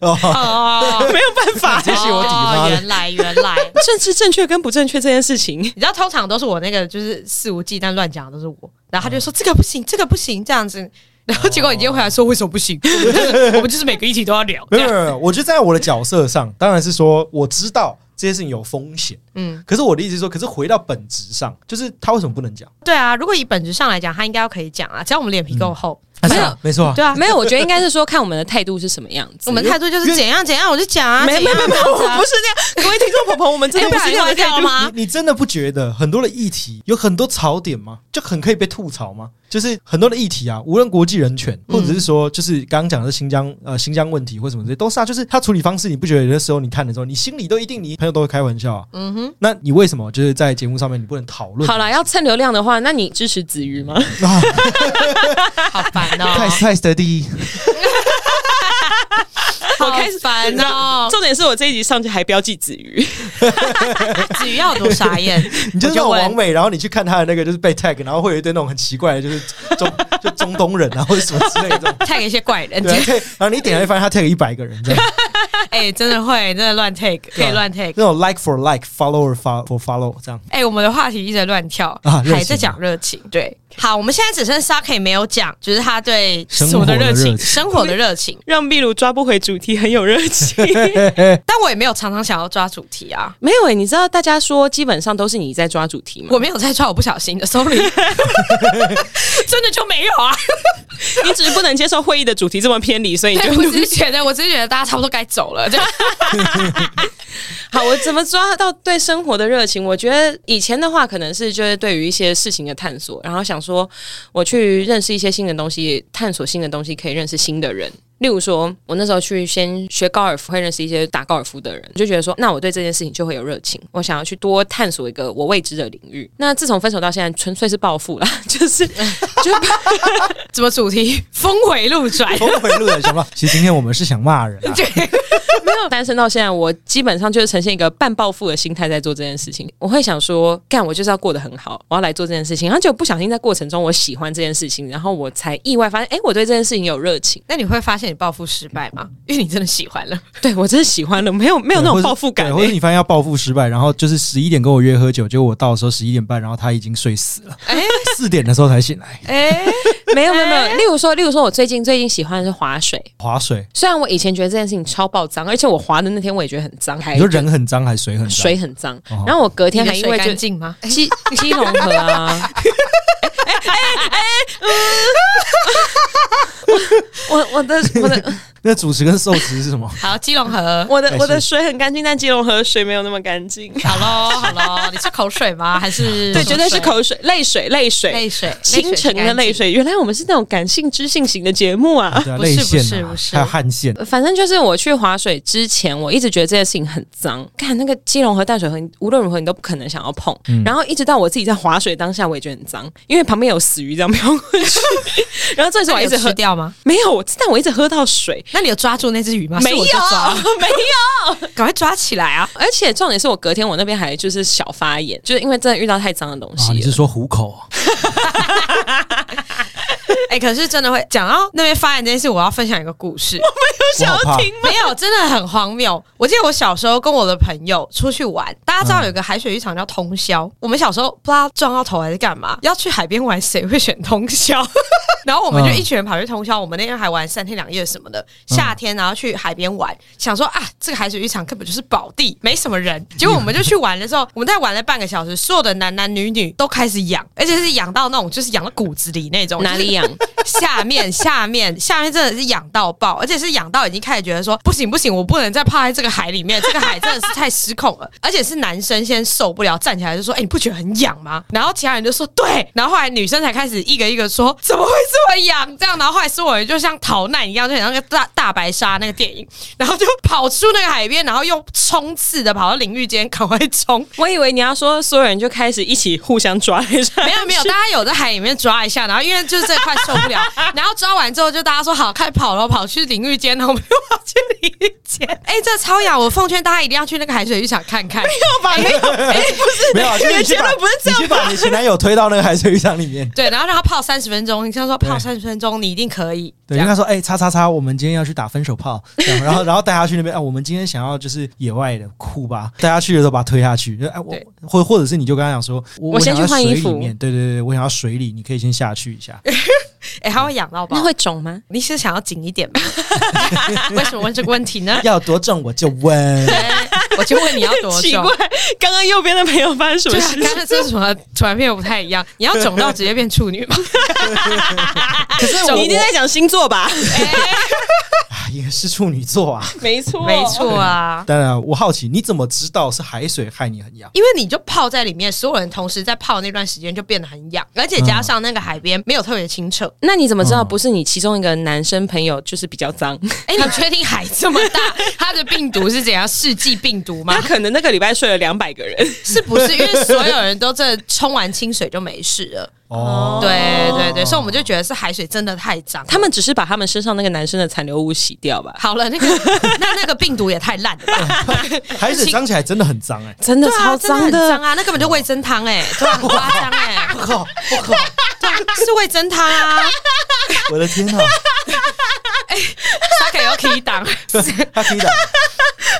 Speaker 3: 哦，
Speaker 2: 哦，
Speaker 1: 没有办法。
Speaker 3: 这是我底
Speaker 2: 哦
Speaker 3: 发的。
Speaker 2: 原来原来，
Speaker 1: 政治正确跟不正确这件 事情，
Speaker 4: 你知道，通常都是我那个就是肆无忌惮乱讲的都是我，然后他就说这个不行，这个不行这样子， 然后结果你今天回来说为什么不行？
Speaker 2: 我们就是每个议题都要聊。
Speaker 3: 没有
Speaker 4: 啊
Speaker 3: 没有，没有我觉得在我的角色上，当然是说我知道这些事情有风险，嗯
Speaker 4: 嗯，
Speaker 3: 可是我的意思是说，可是回到本质上，就是他为什么不能讲？
Speaker 4: 对啊，如果以本质上来讲，他应该要可以讲啊，只要我们脸皮够厚。
Speaker 1: 没有
Speaker 3: 没错啊，
Speaker 4: 对啊，
Speaker 1: 没有，我觉得应该是说看我们的态度是什么样子。
Speaker 4: 我 们态度就是怎样怎样，我就讲啊，
Speaker 1: 没
Speaker 4: 怎
Speaker 1: 没没
Speaker 4: 样
Speaker 1: 没，我不是那样。各位听众朋友，我
Speaker 4: 哎
Speaker 1: 们真的不是那样的态度。
Speaker 4: 吗？
Speaker 3: 你你真的不觉得很多的议题有很多槽点吗？就很可以被吐槽吗？就是很多的议题啊，无论国际人权，或者是说，就是刚刚讲的新疆呃新疆问题或什么这些，都是啊，就是他处理方式，你不觉得有的时候你看的时候，你心里都一定，你朋友都会开玩笑啊。嗯哼，那你为什么就是在节目上面你不能讨论？
Speaker 1: 好啦，要蹭流量的话，那你支持子瑜吗？
Speaker 3: 啊，
Speaker 2: 好烦
Speaker 3: 太
Speaker 2: 哦，
Speaker 3: 太的第一，
Speaker 2: 好烦哦。
Speaker 1: 重点是我这一集上去还标记子瑜，
Speaker 4: 子瑜要有多傻眼？
Speaker 3: 你就是那
Speaker 4: 我就
Speaker 3: 种
Speaker 4: 问
Speaker 3: 王美，然后你去看他的那个就是被 tag，然后会有一堆那种很奇怪的，就是中 就中东人啊或者什么之类的这种。
Speaker 4: tag 一些怪人，
Speaker 3: 对啊，tag- 然后你一点开发现他 tag 一百个人这样。
Speaker 4: 哎、真的会，真的乱 take，可
Speaker 3: 对啊
Speaker 4: 以乱 take。
Speaker 3: 那种 like for like，follower fo- for follow 这样。
Speaker 4: 哎、我们的话题一直在乱跳，
Speaker 3: 啊热情
Speaker 4: 还在讲热情。对，好，我们现在只剩 Saki 没有讲，就是他对
Speaker 3: 生活的热情
Speaker 4: 生活的热情。
Speaker 1: 让秘鲁抓不回主题，很有热情。
Speaker 4: 但我也没有常常想要抓主题啊，
Speaker 1: 没有诶、你知道大家说基本上都是你在抓主题吗？
Speaker 4: 我没有在抓，我不小心的，sorry。
Speaker 2: 真的就没有啊？
Speaker 1: 你只是不能接受会议的主题这么偏离，所以你
Speaker 2: 对，
Speaker 1: 就
Speaker 2: 我只是觉得，我只是觉得大家差不多该走了。对，
Speaker 1: 好，我怎么抓到对生活的热情？我觉得以前的话，可能是就是对于一些事情的探索，然后想说我去认识一些新的东西，探索新的东西，可以认识新的人。例如说，我那时候去先学高尔夫，会认识一些打高尔夫的人，就觉得说，那我对这件事情就会有热情，我想要去多探索一个我未知的领域。那自从分手到现在，纯粹是报复啦，就是就
Speaker 4: 怎么主 题峰回路转？
Speaker 3: 峰回路转，想到其实今天我们是想骂人、啊，
Speaker 1: 没有单身到现在，我基本上就是呈现一个半报复的心态在做这件事情。我会想说，干，我就是要过得很好，我要来做这件事情。然后就不小心在过程中，我喜欢这件事情，然后我才意外发现，哎，我对这件事情有热情。
Speaker 4: 那你会发现你报复失败吗？
Speaker 1: 嗯
Speaker 4: 因为你真的喜欢了，
Speaker 1: 对我真的喜欢了，没有没
Speaker 3: 没
Speaker 1: 有那种报复感、
Speaker 3: 或者
Speaker 1: 欸
Speaker 3: 你发现要报复失败，然后就是十一点跟我约喝酒，结果我到的时候十一点半，然后他已经睡死了，
Speaker 4: 哎
Speaker 3: 四点的时候才醒来，
Speaker 4: 哎、
Speaker 1: 没有没有没有。例如说，例如说我最近最近喜欢的是划水，
Speaker 3: 划水。
Speaker 1: 虽然我以前觉得这件事情超爆脏，而且我划的那天我也觉得很脏，还
Speaker 3: 你说人很脏还是水很脏？
Speaker 1: 哎水很脏
Speaker 3: 哦。
Speaker 1: 然后我隔 天
Speaker 4: 你
Speaker 1: 还
Speaker 4: 的
Speaker 1: 因为
Speaker 4: 水
Speaker 1: 就
Speaker 4: 干净吗？
Speaker 1: 基基隆河啊。哎呃我我的我的
Speaker 3: 那主食跟寿司是什么？
Speaker 2: 好，基隆河，
Speaker 1: 我的
Speaker 3: 哎
Speaker 1: 我的
Speaker 3: 是
Speaker 1: 水很干净，但基隆河的水没有那么干净。
Speaker 2: 好喽好喽，你是口水 吗？还是
Speaker 1: 对，绝对是口水、泪水、泪水、
Speaker 2: 泪水，
Speaker 1: 清晨的泪水。原来我们是那种感性知性型的节目啊！
Speaker 3: 对啊，
Speaker 2: 不是
Speaker 3: 泪
Speaker 2: 不
Speaker 3: 腺
Speaker 2: 是
Speaker 3: 啊
Speaker 2: 不，是
Speaker 3: 还有汗腺。
Speaker 1: 反正就是我去划水之前，我一直觉得这件事情很脏，看那个基隆河、淡水河，无论如何你都不可能想要碰。然后一直到我自己在划水当下，我也觉得很脏，因为旁边有死鱼这样飘过 去。然后这时
Speaker 2: 是
Speaker 1: 候
Speaker 2: 我
Speaker 1: 我
Speaker 2: 一
Speaker 1: 一
Speaker 2: 直
Speaker 1: 直
Speaker 2: 喝
Speaker 1: 喝，
Speaker 2: 掉吗？
Speaker 1: 没有，我但我一直喝到水，
Speaker 2: 那你有抓住那只鱼吗？
Speaker 1: 没
Speaker 2: 是
Speaker 1: 有，
Speaker 2: 我
Speaker 1: 没
Speaker 2: 就抓，
Speaker 1: 有。
Speaker 2: 赶快抓起来啊！
Speaker 1: 而且重点是我隔天我那边还就是小发炎，就是因为真的遇到太脏的东
Speaker 3: 啊
Speaker 1: 西
Speaker 5: 哦，
Speaker 1: 了。
Speaker 5: 你是说虎口哦？
Speaker 2: 哎、可是真的会讲到那边发炎这件事，我要分享一个故事。
Speaker 3: 我好怕，
Speaker 2: 没有，真的很荒谬。我记得我小时候跟我的朋友出去玩，大家知道有个海水浴场叫通宵，
Speaker 1: 嗯
Speaker 2: 我们小时候不知道撞到头还是干嘛，要去海边玩，谁会选通宵？ 然后我们就一群人跑去通宵，我们那天还玩三天两夜什么的。
Speaker 1: 嗯
Speaker 2: 夏天然后去海边玩，想说啊，这个海水浴场根本就是宝地，没什么人。结果我们就去玩的时候，我们在玩了半个小时，所有的男男女女都开始痒，而且是痒到那种就是痒到骨子里那种，
Speaker 1: 哪里痒？
Speaker 2: 下面，下面，下面真的是痒到爆，而且是痒到已经开始觉得说不行不行，我不能再泡在这个海里面，这个海真的是太失控了。而且是男生先受不了，站起来就说：“哎、你不觉得很痒吗？”然后其他人就说：“对。”然后后来女生才开始一个一个说：“怎么会这么痒？”这样，然后后来所有人就像逃难一样，就很像那个大大白鲨那个电影，然后就跑出那个海边，然后又冲刺的跑到淋浴间，赶快冲。
Speaker 1: 我以为你要说所有人就开始一起互相 抓一下，
Speaker 2: 没有没有，大家有在海里面抓一下，然后因为就是这块受不 了，然后抓完之后就大家说好，快跑了，跑去淋浴间，然后我们又跑去淋浴间。 哎、这超痒，我奉劝大家一定要去那个海水浴场看 看。哎
Speaker 3: 没有啊，就是你去把你去把你前男友推到那个海水浴场里面，
Speaker 2: 对，然后让他泡三十分钟，你像说泡
Speaker 3: 对
Speaker 2: 三十分钟，你一定可以。这
Speaker 3: 对，跟
Speaker 2: 样
Speaker 3: 他说，哎、叉叉叉，我们今天要去打分手炮，这样然后然后带他去那边，啊，我们今天想要就是野外的酷吧，带他去的时候把他推下去，就哎、我
Speaker 2: 对
Speaker 3: 或或者是你就跟他讲说，我
Speaker 1: 我先去换衣服
Speaker 3: 我想要水里面对对对，我想要水里，你可以先下去一下，
Speaker 2: 哎、他会痒到
Speaker 1: 那
Speaker 2: 吧？
Speaker 1: 会肿吗？
Speaker 2: 你是想要紧一点 吗？为什么问这个问题 呢？哎
Speaker 3: 要多重我就 问，
Speaker 2: 我就问你要多
Speaker 1: 奇
Speaker 2: 久
Speaker 1: 怪。，刚刚右边的朋友发生什
Speaker 2: 对
Speaker 1: 么
Speaker 2: 啊，
Speaker 1: 事
Speaker 2: 刚
Speaker 1: 情？
Speaker 2: 才这是什么转变不太一 样？你要肿到直接变处 女吗？
Speaker 3: 可是 我
Speaker 1: 你一定在讲星座吧？
Speaker 3: 啊也是处女座啊，
Speaker 1: 没错
Speaker 2: 没。错啊，
Speaker 3: 当然我好奇你怎么知道是海水害你很痒？
Speaker 2: 因为你就泡在里面，所有人同时在泡那段时间就变得很痒，而且加上那个海边没有特别清澈。
Speaker 1: 那你怎么知道不是你其中一个男生朋友就是比较脏？
Speaker 2: 哎、你确定海这么 大，它的病毒是怎样世纪病毒吗
Speaker 1: 他？可能那个礼拜睡了两百个人，
Speaker 2: 是不是？因为所有人都这冲完清水就没事了。
Speaker 3: 哦，
Speaker 2: 对对对，所以我们就觉得是海水真的太脏。
Speaker 1: 他们只是把他们身上那个男生的残留物洗掉吧？
Speaker 2: 好了，那个那那个病毒也太烂了吧？
Speaker 3: 海水脏起来真的很 脏哎、
Speaker 1: 真的
Speaker 2: 对啊，
Speaker 1: 超
Speaker 2: 真的
Speaker 1: 脏
Speaker 2: 很
Speaker 1: 的
Speaker 2: 脏，啊！那根本就味噌汤 哎，真的很夸张哎，
Speaker 3: 我靠，我靠，
Speaker 2: 对啊是味噌汤 啊，
Speaker 3: 我的天哪、
Speaker 2: 它可以有 K 档。
Speaker 3: 他可以打，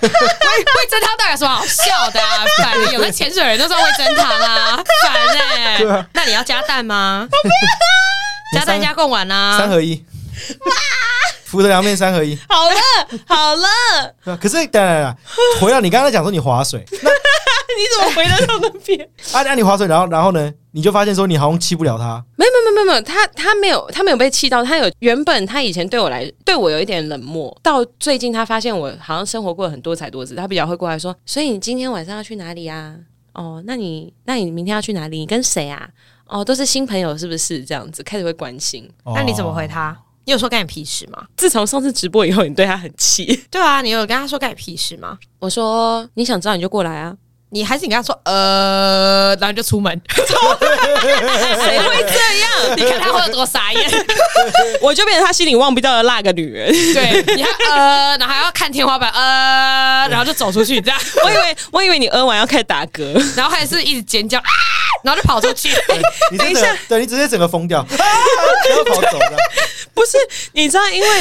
Speaker 2: 味味噌汤到底有什么好笑的啊？反正有个潜水人都说味噌汤啊，烦哎、
Speaker 3: 对啊
Speaker 2: 那你要加蛋 吗？加蛋加贡丸
Speaker 3: 三
Speaker 2: 啊。
Speaker 3: 合一，福德凉面三合一。
Speaker 1: 好了好了，
Speaker 3: 对啊，可是当然了，回到你刚才讲说你划水，那
Speaker 1: 你怎么回得到那边？
Speaker 3: 啊，那你划水，然后然后呢，你就发现说你好像欺不了他，
Speaker 1: 没有没有没有没有，他他没有他没有被气到，他有原本他以前对我来对我有一点冷漠，到最近他发现我好像生活过得很多彩多姿，他比较会过来说，所以你今天晚上要去哪里啊？哦，那你那你明天要去哪里？你跟谁啊？哦，都是新朋友是不是？这样子开始会关心。
Speaker 3: 哦
Speaker 2: 那你怎么回他？你有说干你屁事吗？
Speaker 1: 自从上次直播以后，你对他很气。
Speaker 2: 对啊，你有跟他说干你屁事吗？
Speaker 1: 我说你想知道你就过来啊，
Speaker 2: 你还是你跟他说呃，然后你就出门，
Speaker 1: 谁会这 样？
Speaker 2: 你看他会有多傻眼？
Speaker 1: 我就变成他心里忘不掉的那个女 人。
Speaker 2: 对，你还呃，然后还要看天花板呃，然后就走出去这样，
Speaker 1: 我以为我以为你喝完要开始打嗝，
Speaker 2: 然后还是一直尖叫啊，然后就跑出去。
Speaker 3: 你
Speaker 1: 等
Speaker 3: 真的
Speaker 1: 一下
Speaker 3: 对你直接整个疯掉，啊不要跑走了。
Speaker 1: 不是？你知道，因为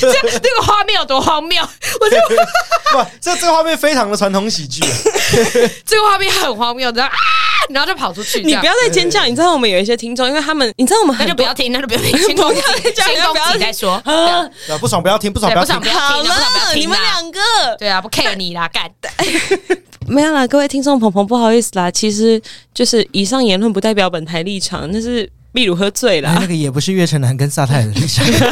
Speaker 2: 这那个画面有多荒谬？我就
Speaker 3: 哇，这这画面非常的传统喜剧啊，
Speaker 2: 这个画面很荒谬，然后啊，然后就跑出去，
Speaker 1: 你不要再尖叫，你知道我们有一些听众，因为他们，你知道我们
Speaker 2: 那
Speaker 1: 很
Speaker 2: 就不要听，那 就不要听，先攻
Speaker 1: 攻
Speaker 2: 击
Speaker 1: 击，
Speaker 2: 先
Speaker 1: 先攻
Speaker 2: 攻击
Speaker 1: 击
Speaker 2: 再
Speaker 1: 再
Speaker 2: 说。
Speaker 1: 啊，
Speaker 3: 对啊不爽不要听，不爽
Speaker 2: 对，
Speaker 3: 不要
Speaker 2: 不想
Speaker 3: 听
Speaker 2: 不。要听，不想不要听，
Speaker 1: 你们两个
Speaker 2: 对啊，不 care 你啦，干。
Speaker 1: 没有啦，各位听众朋朋，不好意思啦，其实就是以上言论不代表本台立场，那是例如喝醉
Speaker 3: 哎
Speaker 1: 啦
Speaker 3: 那。个也不是岳城南跟萨 泰尔的立场，是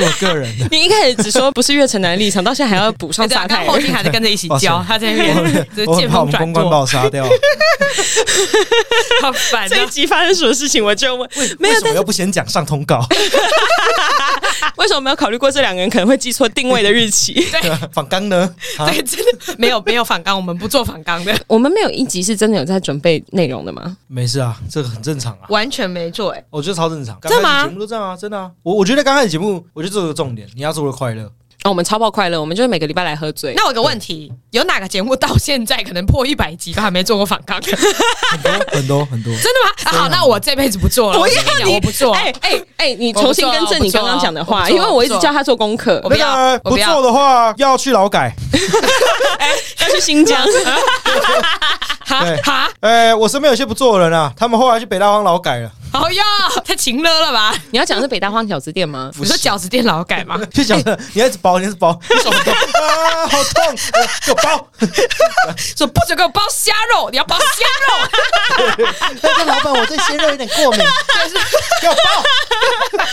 Speaker 3: 我个人的。
Speaker 1: 你一开始只说不是岳城南的立场，到现在还要补上
Speaker 2: 对啊
Speaker 1: 沙
Speaker 2: 刚
Speaker 1: 泰
Speaker 2: 后
Speaker 1: 尔。
Speaker 2: 进还在跟着一起
Speaker 3: 哇塞
Speaker 2: 教，他在那边哦 就是
Speaker 3: 我很
Speaker 2: 见
Speaker 3: 怕我
Speaker 2: 风
Speaker 3: 们
Speaker 2: 转
Speaker 3: 公关把
Speaker 2: 舵，
Speaker 3: 我 杀掉，
Speaker 2: 好烦
Speaker 1: 这一
Speaker 2: 啊！
Speaker 1: 集发生什么事情，我就问，没有
Speaker 3: 为什么又不先讲上通告？
Speaker 1: 为什么没有考虑过这两个人可能会记错定位的日期？
Speaker 3: 仿刚呢？啊
Speaker 2: 对，真的没有没有反刚， 我们不做反刚的。
Speaker 1: 我们没有一集是真的有在准备内容的吗？
Speaker 3: 没事啊，这个很正常啊。
Speaker 4: 完全没做哎、
Speaker 3: 我觉得超正常，刚
Speaker 1: 真的吗
Speaker 3: 开始节目都这样啊，真的啊。我我觉得刚开始节目，我觉得这个重点，你要做的快乐。
Speaker 1: 哦，我们超爆快乐，我们就是每个礼拜来喝醉。
Speaker 2: 那我有个问题，有哪个节目到现在可能破一百集都还没做过反刚？ 真的
Speaker 3: 很多很多很多。
Speaker 2: 吗？啊好，那我这辈子不做了。
Speaker 1: 不
Speaker 2: 我
Speaker 1: 要
Speaker 2: 跟你讲
Speaker 1: 你
Speaker 2: 我不做。
Speaker 1: 哎哎哎，你重新更正你刚刚讲的
Speaker 2: 啊我
Speaker 1: 话，
Speaker 2: 不做
Speaker 1: 因为我一直
Speaker 2: 我不做
Speaker 1: 叫他做功课
Speaker 2: 我，不
Speaker 3: 那
Speaker 2: 要
Speaker 3: 个
Speaker 2: 我
Speaker 3: 不
Speaker 2: 不要
Speaker 3: 做的话，要去劳改。
Speaker 1: 要去新疆。
Speaker 2: 哈
Speaker 3: 对
Speaker 2: 哈，
Speaker 3: 哎，我身边有些不做的人啊，他们后来去北大荒劳改了，
Speaker 2: 好呀，哎太勤了了吧？
Speaker 1: 你要讲的是北大荒饺子店吗？
Speaker 2: 你说饺子店老改吗？
Speaker 3: 就讲的你要一直包，你要一直包，哎 你手很痛啊，好痛， 呃给我包。
Speaker 2: 说不准给我包虾肉，你要包虾肉。
Speaker 3: 那个哎老板，我对鲜肉有点过 敏，给我包。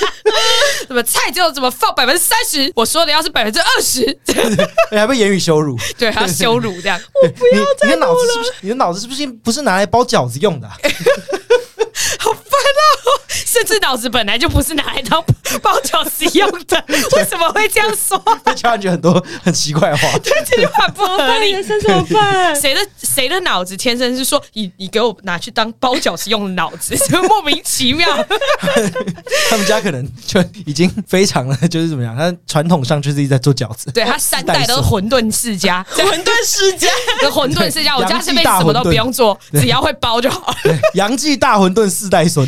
Speaker 2: 怎么菜就怎么放百分之三十？我说的要是百分之二十，
Speaker 3: 哎还被言语羞辱，
Speaker 2: 对，还要羞辱这样。
Speaker 3: 不要你的脑子是不是你的脑子是不是不是拿来包饺子用的啊？
Speaker 2: 好烦啊！甚至脑子本来就不是拿来当包饺子用的，为什么会这样说？
Speaker 3: 被家人觉得很多很奇怪的 话，
Speaker 2: 这句话不合理。
Speaker 1: 生怎么 办？
Speaker 2: 谁的谁的脑子天生是说你你给我拿去当包饺子用的脑子， 就莫名其妙。
Speaker 3: 他们家可能就已经非常的就是怎么样，他传统上就自己在做饺子，
Speaker 2: 对他三代都是馄饨世家，
Speaker 1: 馄饨世家，
Speaker 2: 这馄饨世家，我家这
Speaker 3: 洋
Speaker 2: 边
Speaker 3: 气大
Speaker 2: 什么都
Speaker 3: 馄饨
Speaker 2: 不用做，
Speaker 3: 对
Speaker 2: 只要会包就好了。
Speaker 3: 对杨记大馄饨四代 孙，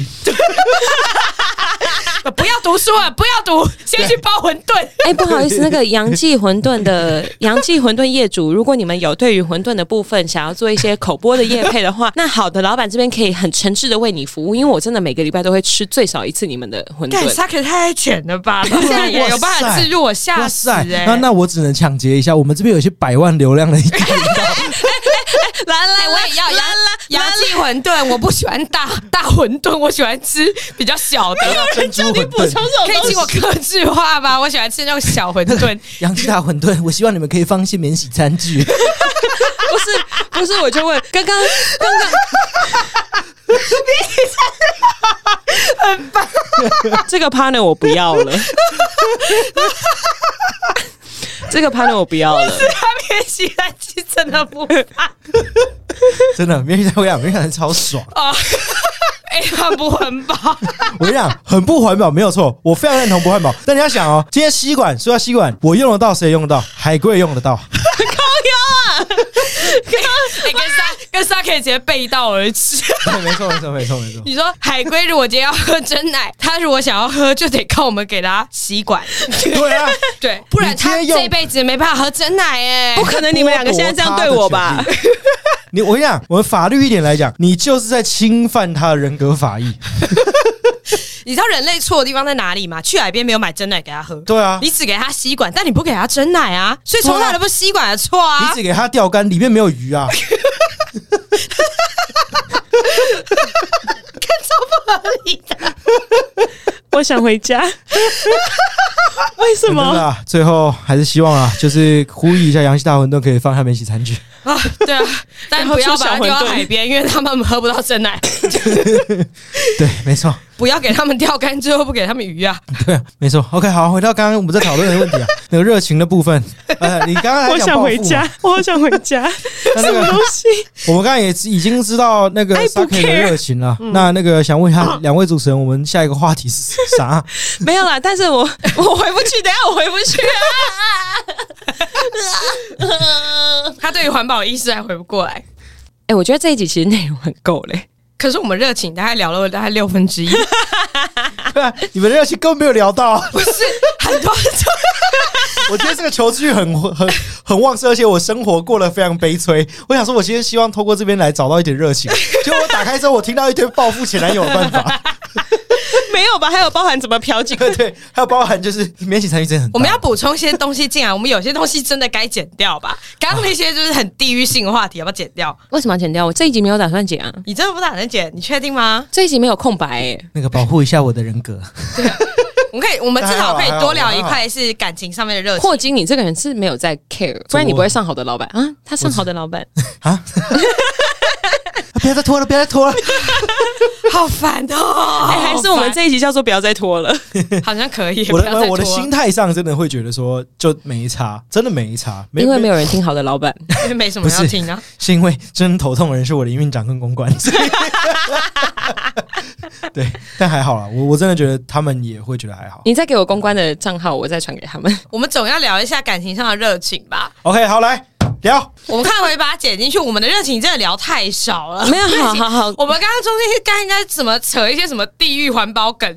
Speaker 2: 不要读书了，不要读，先去包馄饨。
Speaker 1: 哎，不好意思，那个杨记馄饨的 杨记馄饨业主，如果你们有对于馄饨的部分想要做一些口播的业配的话， 那好的，老板这边可以很诚挚的为你服务，因为我真的每个礼拜都会吃最少一次你们的馄
Speaker 2: 干
Speaker 1: 饨。
Speaker 2: 沙可太卷了吧！他现在也有办法置入我吓
Speaker 3: 哇
Speaker 2: 死
Speaker 3: 塞！
Speaker 2: 哎、
Speaker 3: 那那我只能抢劫一下，我们这边有些百万流量的一个频道，
Speaker 1: 来来，
Speaker 2: 我也要牙牙记馄饨，我不喜欢大 大馄饨，我喜欢吃比较小的。
Speaker 3: 珍珠馄
Speaker 1: 补充
Speaker 3: 饨。
Speaker 1: 这
Speaker 2: 可
Speaker 1: 种东
Speaker 2: 以请
Speaker 1: 西
Speaker 2: 我。克制化吗？我喜欢吃那种小馄饨。
Speaker 3: 杨记大馄饨，我希望你们可以放一些免洗餐具。
Speaker 1: 不是不是，我就问 刚刚刚刚，很棒，这个 partner 我不要了。这个 partner 我不要了，
Speaker 2: 他免洗餐具真的不怕
Speaker 3: 真的，免洗餐我跟你讲，免洗餐超爽。
Speaker 2: 哦，哎、它不环保，
Speaker 3: 我跟你讲，很不环保，没有错，我非常认同不环保。但你要想哦，今天吸管说到吸管，我用得到，谁用得到？海龟用得到。
Speaker 2: 哎、跟沙跟沙可以直接背道而 驰。
Speaker 3: 对，没错，没错，没错，没错。
Speaker 2: 你说海龟如果今天要喝真奶，它如果想要喝，就得靠我们给它 吸管，
Speaker 3: 对啊，
Speaker 2: 对，不然它
Speaker 3: 你直接用
Speaker 2: 这辈子没办法喝真奶哎、
Speaker 1: 不可能你们两个现在这样对我吧？
Speaker 3: 你我跟你讲，我们法律一点来讲，你就是在侵犯他的人格法益。
Speaker 2: 你知道人类错的地方在哪里吗？去海边没有买真奶给他喝，
Speaker 1: 哦
Speaker 3: 对啊，
Speaker 2: 你只给他吸管，但你不给他真奶啊，所以从来都不是吸管的错
Speaker 3: 你
Speaker 2: 啊
Speaker 3: 只。给他钓竿，里面没有鱼啊。
Speaker 1: 我想回家，为 什
Speaker 3: 真的
Speaker 1: 么？
Speaker 3: 啊，最后还是希望啊，就是呼吁一下洋气大馄饨可以放下免洗餐具。
Speaker 2: 啊，对啊，但不要把它丢
Speaker 1: 然后出
Speaker 2: 到
Speaker 1: 小馄饨
Speaker 2: 海边，因为他们喝不到真奶。
Speaker 3: 对，没错，
Speaker 2: 不要给他们钓竿，最后不给他们鱼啊！
Speaker 3: 对啊， 没错。OK，好，回到刚刚我们在讨论的问题啊，那个热情的部分。呃，你刚刚还
Speaker 1: 我
Speaker 3: 讲
Speaker 1: 想
Speaker 3: 报
Speaker 1: 回
Speaker 3: 复嘛
Speaker 1: 家，我好想回 家，
Speaker 3: 那
Speaker 1: 什
Speaker 3: 那
Speaker 1: 么
Speaker 3: 个
Speaker 1: 东西？
Speaker 3: 我们刚才也已经知道那个
Speaker 1: I 嗯
Speaker 3: s a
Speaker 1: don't
Speaker 3: k 的热情了。那那个想问一下两位主持人，我们下一个话题是啥？
Speaker 1: 没有啦，但是我我回不去，等一下我回不去啊。
Speaker 2: 啊他对于环保的意识还回不过来。
Speaker 1: 哎、我觉得这一集其实内容很够嘞，
Speaker 2: 可是我们热情大概聊了大概六分 之一，
Speaker 3: 对啊，你们的热情根本没有聊到啊。
Speaker 2: 不是很多
Speaker 3: 我觉得这个求知欲很很很旺盛，而且我生活过得非常悲催。我想说，我今天希望透过这边来找到一点热情。结果我打开之后，我听到一堆报复前男友的办法，
Speaker 1: 没有吧？还有包含怎么嫖妓？
Speaker 3: 对对，还有包含就是免洗程序真的很大，
Speaker 2: 我们要补充一些东西进来，我们有些东西真的该剪掉吧。刚刚那些就是很地域性的话题，要不要剪掉？
Speaker 1: 为什么要剪掉？我这一集没有打算剪啊，
Speaker 2: 你真的不打算剪？你确定吗？
Speaker 1: 这一集没有空白、欸。
Speaker 5: 那个保护一下我的人格。
Speaker 2: 我们可以，我们至少可以多聊一块是感情上面的热情。
Speaker 1: 霍金，你这个人是没有在 care，不然你不会上好的老板啊。他上好的老板，
Speaker 5: 啊不要再拖了，不要再拖了。
Speaker 2: 好烦哦！
Speaker 1: 哎、还是我们这一集叫做不要再拖了。
Speaker 2: 好像可以，
Speaker 3: 我
Speaker 2: 不要再
Speaker 3: 的
Speaker 2: 拖
Speaker 3: 我的心态上真的会觉得说，就没差，真的没差，
Speaker 1: 因为没
Speaker 3: 有
Speaker 1: 有人听好的老板，
Speaker 2: 因为 没什么要听啊。
Speaker 3: 是因为真头痛的人是我的营运长跟公关，所 以对，但还好啦，我我真的觉得他们也会觉得还好。
Speaker 1: 你再给我公关的账号，我再传给他们。
Speaker 2: 我们总要聊一下感情上的热情 吧。
Speaker 3: OK，好来聊，
Speaker 2: 我们看回把它剪进去，我们的热情真的聊太少了。
Speaker 1: 没有，好好 好，
Speaker 2: 我们刚刚中间是刚应该怎么扯一些什么地狱环保梗，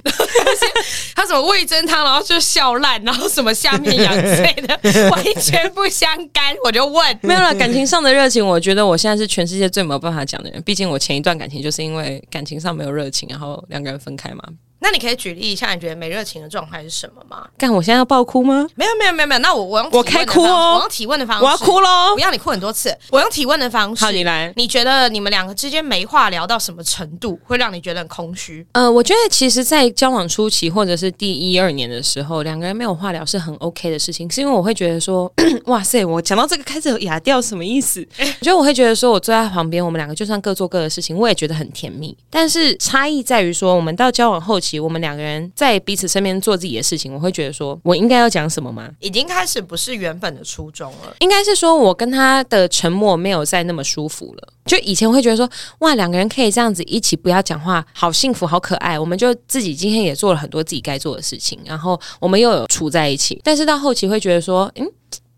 Speaker 2: 他什么味噌汤，然后就笑烂，然后什么下面痒之类 的，完全不相干。我就问，
Speaker 1: 没有了。感情上的热情，我觉得我现在是全世界最没有办法讲的人。毕竟我前一段感情就是因为感情上没有热情，然后两个人分开嘛。
Speaker 2: 那你可以举例一下，你觉得没热情的状态是什么吗？
Speaker 1: 干，我现在要爆哭吗？
Speaker 2: 没有，没有，没有，没有。那我我用
Speaker 1: 我
Speaker 2: 提问
Speaker 1: 开
Speaker 2: 的
Speaker 1: 哭
Speaker 2: 方
Speaker 1: 哦
Speaker 2: 我用提问的方式，
Speaker 1: 我要哭喽
Speaker 2: 不！要你哭很多次。我用提问的方式，
Speaker 1: 好，你来。
Speaker 2: 你觉得你们两个之间没话聊到什么程度，会让你觉得很空虚？
Speaker 1: 呃，我觉得其实，在交往初期或者是第一二年的时候，两个人没有话聊是很 OK 的事情，是因为我会觉得说， 哇塞，我讲到这个开始有哑掉，什么意思？我觉得我会觉得说，我坐在旁边，我们两个就算各做各的事情，我也觉得很甜蜜。但是差异在于说，我们到交往后期，我们两个人在彼此身边做自己的事情，我会觉得说我应该要讲什么吗？
Speaker 2: 已经开始不是原本的初衷了。
Speaker 1: 应该是说我跟他的沉默没有再那么舒服了。就以前会觉得说，哇，两个人可以这样子一起不要讲话，好幸福，好可爱。我们就自己今天也做了很多自己该做的事情，然后我们又有处在一起。但是到后期会觉得说，嗯。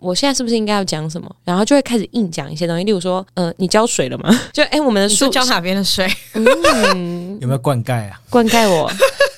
Speaker 1: 我现在是不是应该要讲什么？然后就会开始硬讲一些东西，例如说，呃，你浇水了吗？ 就哎、我们的
Speaker 2: 你是
Speaker 1: 树
Speaker 2: 浇哪边的水？
Speaker 1: 嗯，
Speaker 3: 有没有灌溉啊？
Speaker 1: 灌溉我，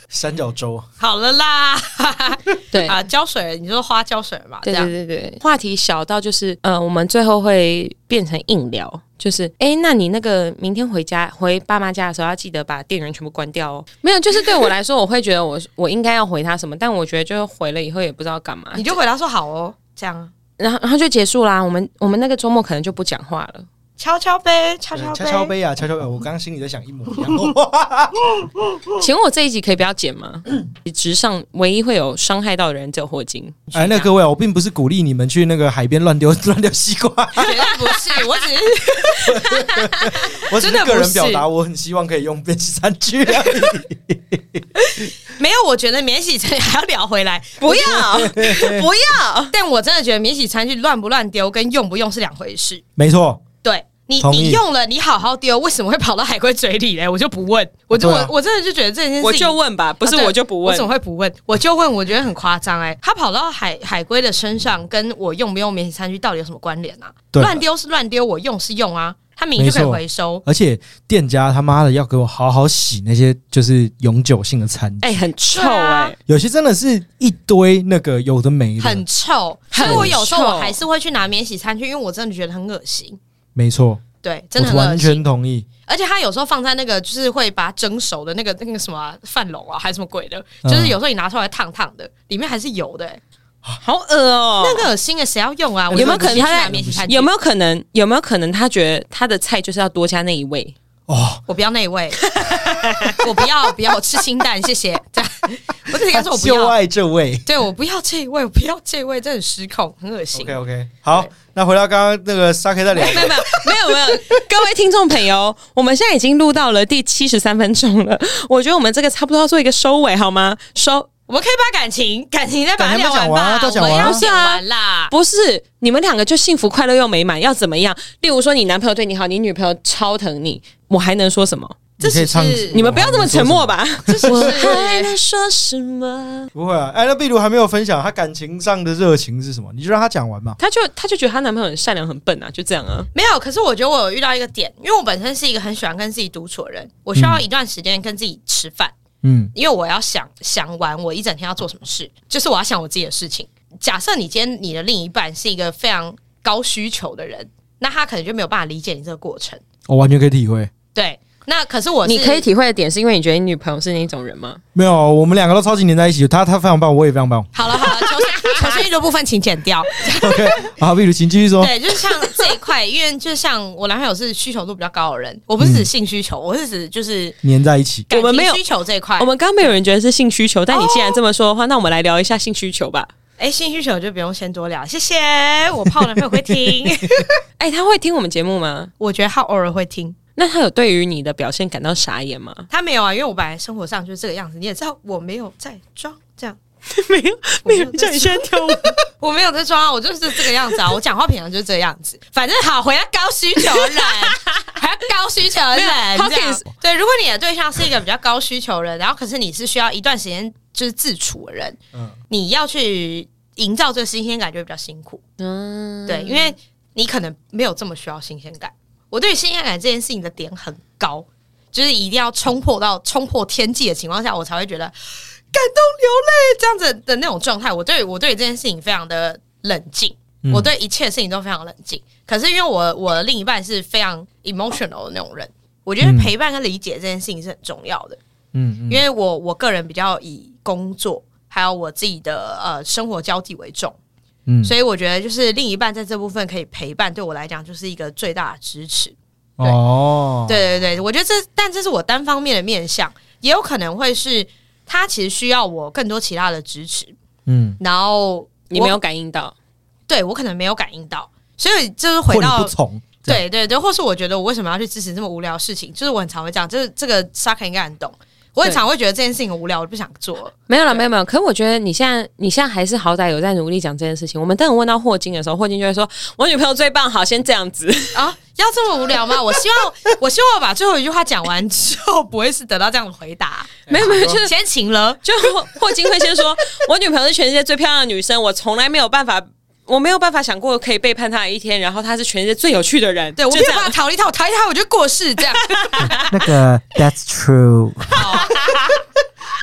Speaker 3: 三角洲
Speaker 2: 好了啦，
Speaker 1: 对
Speaker 2: 啊，浇水，你说花浇水嘛？这
Speaker 1: 对
Speaker 2: 样
Speaker 1: 对对对，话题小到就是，呃，我们最后会变成硬聊，就是，哎，那你那个明天回家回爸妈家的时候，要记得把电源全部关掉哦。没有，就是对我来说，我会觉得我我应该要回他什么，但我觉得就是回了以后也不知道干嘛，
Speaker 2: 你就回答说好哦，这样
Speaker 1: 然后然后就结束啦。我们我们那个周末可能就不讲话了。
Speaker 2: 敲敲杯，敲敲
Speaker 3: 敲
Speaker 2: 杯，
Speaker 3: 敲杯啊，敲敲杯！我刚刚心里在想一模一样，
Speaker 1: 请问我这一集可以不要剪吗？直上唯一会有伤害到的人只有霍金。
Speaker 3: 哎，那各位啊，我并不是鼓励你们去那个海边乱丢 乱丢西瓜，
Speaker 2: 绝对不是，我只是
Speaker 3: 我只
Speaker 2: 真的
Speaker 3: 是
Speaker 2: 不
Speaker 3: 个人表
Speaker 2: 是
Speaker 3: 达，我很希望可以用便器餐具啊。
Speaker 2: 没有，我觉得免洗餐具还要聊回来，不 要不要。但我真的觉得免洗餐具乱不乱丢跟用不用是两回事。
Speaker 3: 没错，
Speaker 2: 对你，
Speaker 3: 同意
Speaker 2: 你用了，你好好丢，为什么会跑到海龟嘴里嘞？我就不问，我就、
Speaker 3: 对啊
Speaker 2: 我我真的就觉得这件事情，
Speaker 1: 问吧，不
Speaker 2: 啊对我怎么会不问？我就问，我觉得很夸张哎，他跑到海海龟的身上，跟我用不用免洗餐具到底有什么关联啊？
Speaker 3: 对
Speaker 2: 乱丢是乱丢，我用是用啊，他明明就可以
Speaker 3: 没错
Speaker 2: 回收。
Speaker 3: 而且店家他妈的要给我好好洗那些就是永久性的餐具，
Speaker 1: 哎、很臭
Speaker 2: 对啊
Speaker 1: 哎、
Speaker 3: 有些真的是一堆那个有的没的
Speaker 2: 很，臭，所
Speaker 1: 很
Speaker 2: 以我有时候
Speaker 1: 臭
Speaker 2: 我还是会去拿免洗餐具，因为我真的觉得很恶心。
Speaker 3: 没错，
Speaker 2: 对，真的
Speaker 3: 我
Speaker 2: 很恶
Speaker 3: 完
Speaker 2: 心。
Speaker 3: 全同意。
Speaker 2: 而且它有时候放在那个，就是会把它蒸熟的那个那个什么啊、饭笼啊，还是什么鬼的，
Speaker 3: 嗯
Speaker 2: 就是有时候你拿出来烫烫的，里面还是油的、欸
Speaker 1: 好恶哦、
Speaker 2: 那个恶心的谁要用啊？我
Speaker 1: 有没有可能他在
Speaker 2: 面洗餐具？
Speaker 1: 有没有可能？有没有可能他觉得他的菜就是要多加那一味？
Speaker 3: 哦，
Speaker 2: 我不要那一位， 我不要不要，我吃清 淡，谢谢。这样，我只应该说我不
Speaker 3: 就
Speaker 2: 要，
Speaker 3: 爱这位。
Speaker 2: 对，我不要这一位，我不要这一位，真的很失控，很恶心。
Speaker 3: OK OK，好，那回到刚刚那个沙 K 在聊，
Speaker 2: 哎
Speaker 1: 没有没有 没有没有，各位听众朋友，我们现在已经录到了第七十三分钟了，我觉得我们这个差不多要做一个收尾好吗？收
Speaker 2: 我们可以把感情感情再把它
Speaker 3: 感情
Speaker 2: 聊
Speaker 3: 不讲完啊
Speaker 2: 吧，
Speaker 3: 都讲完啊
Speaker 2: 我们要
Speaker 1: 是
Speaker 2: 讲
Speaker 1: 啊
Speaker 2: 完啦。
Speaker 1: 不是你们两个就幸福快乐又美满，要怎么样？例如说你男朋友对你好，你女朋友超疼你，我还能说什么？
Speaker 2: 这
Speaker 3: 你可
Speaker 2: 只
Speaker 3: 以唱
Speaker 2: 是
Speaker 1: 你们不要这么沉默吧？
Speaker 2: 这是
Speaker 1: 嗯我 还能说什么？
Speaker 3: 不会啊，哎，那壁炉还没有分享他感情上的热情是什么，你就让他讲完嘛。
Speaker 1: 她就她就觉得她男朋友很善良很笨啊，就这样啊。
Speaker 2: 没有，可是我觉得我有遇到一个点，因为我本身是一个很喜欢跟自己独处的人，我需要一段时间跟自己吃饭，
Speaker 3: 嗯，
Speaker 2: 因为我要想想完我一整天要做什么事，就是我要想我自己的事情。假设你今天你的另一半是一个非常高需求的人，那他可能就没有办法理解你这个过程。
Speaker 3: 我完全可以体会。
Speaker 2: 对，那可是我是
Speaker 1: 你可以体会的点是因为你觉得你女朋友是那种人吗？
Speaker 3: 没有，啊我们两个都超级黏在一起，他他非常棒，我也非常棒。
Speaker 2: 好了好 了，求生求生欲的部分请剪掉。
Speaker 1: 哦
Speaker 3: OK，好，比如请继续说。
Speaker 2: 对，就是像这一块，因为就像我男朋友是需求度比较高的人，我不是指性需求，我是指就是
Speaker 3: 黏在一起，
Speaker 2: 感
Speaker 1: 嗯我们
Speaker 2: 情
Speaker 1: 没有
Speaker 2: 需求这一块。
Speaker 1: 我们刚刚没有人觉得是性需求，但你既然这么说的话，那我们来聊一下性需求吧。
Speaker 2: 哎、性需求就不用先多聊，谢谢。我怕我男朋友 会听，
Speaker 1: 哎、他会听我们节目吗？
Speaker 2: 我觉得他偶尔会听，
Speaker 1: 那他有对于你的表现感到傻眼吗？
Speaker 2: 他没有啊，因为我本来生活上就是这个样子，你也知道我没有在装这样。
Speaker 1: 没有，没有人叫你现在跳舞。
Speaker 2: 我没有在装啊，我就是这个样子啊，我讲话平常就是这个样子。反正好，回到高需求人，还要高需求人
Speaker 1: 没有
Speaker 2: 这
Speaker 1: Hawkins
Speaker 2: 样。对，如果你的对象是一个比较高需求人，然后可是你是需要一段时间就是自处的人，
Speaker 3: 嗯
Speaker 2: 你要去营造这个新鲜感就会比较辛苦。
Speaker 1: 嗯，
Speaker 2: 对，因为你可能没有这么需要新鲜感。我对于新鲜感这件事情的点很高，就是一定要冲破到冲破天际的情况下，我才会觉得感动流泪这样子的那种状态。我对我对于这件事情非常的冷静，
Speaker 3: 嗯
Speaker 2: 我对一切事情都非常冷静。可是因为我我的另一半是非常 emotional 的那种人，我觉得
Speaker 3: 嗯
Speaker 2: 陪伴跟理解这件事情是很重要的。
Speaker 3: 嗯
Speaker 2: 因为我我个人比较以工作还有我自己的呃生活交际为重，
Speaker 3: 嗯
Speaker 2: 所以我觉得就是另一半在这部分可以陪伴，对我来讲就是一个最大的支持。
Speaker 3: 哦，
Speaker 2: 对对对，我觉得这但这是我单方面的面向，也有可能会是他其实需要我更多其他的支持，
Speaker 3: 嗯，
Speaker 2: 然后
Speaker 1: 你没有感应到。
Speaker 2: 对我可能没有感应到，所以就是
Speaker 3: 或
Speaker 2: 回
Speaker 3: 你
Speaker 2: 到
Speaker 3: 不从，这
Speaker 2: 对对对，或是我觉得我为什么要去支持这么无聊的事情，就是我很常会这样，就是这个沙克应该很懂，我很
Speaker 1: 对
Speaker 2: 常会觉得这件事情很无聊，我不想做了。
Speaker 1: 没有了，没有没有。可我觉得你现在，你现在还是好歹有在努力讲这件事情。我们等我问到霍金的时候，霍金就会说：“我女朋友最棒，好，先这样子。
Speaker 2: 啊，要这么无聊吗？我希望， 我希望我把最后一句话讲完之后，不会是得到这样的回答。
Speaker 1: 没有没有， 就是
Speaker 2: 先请了，
Speaker 1: 就霍霍金会先说：“我女朋友是全世界最漂亮的女生，我从来没有办法，我没有办法想过可以背叛她的一天。然后她是全世界最有趣的人，
Speaker 2: 对我
Speaker 1: 就
Speaker 2: 没
Speaker 1: 这
Speaker 2: 有办法
Speaker 1: 样。
Speaker 2: 逃离他，我逃离他我就过世这 样。
Speaker 5: 那个 That's true，
Speaker 3: 好，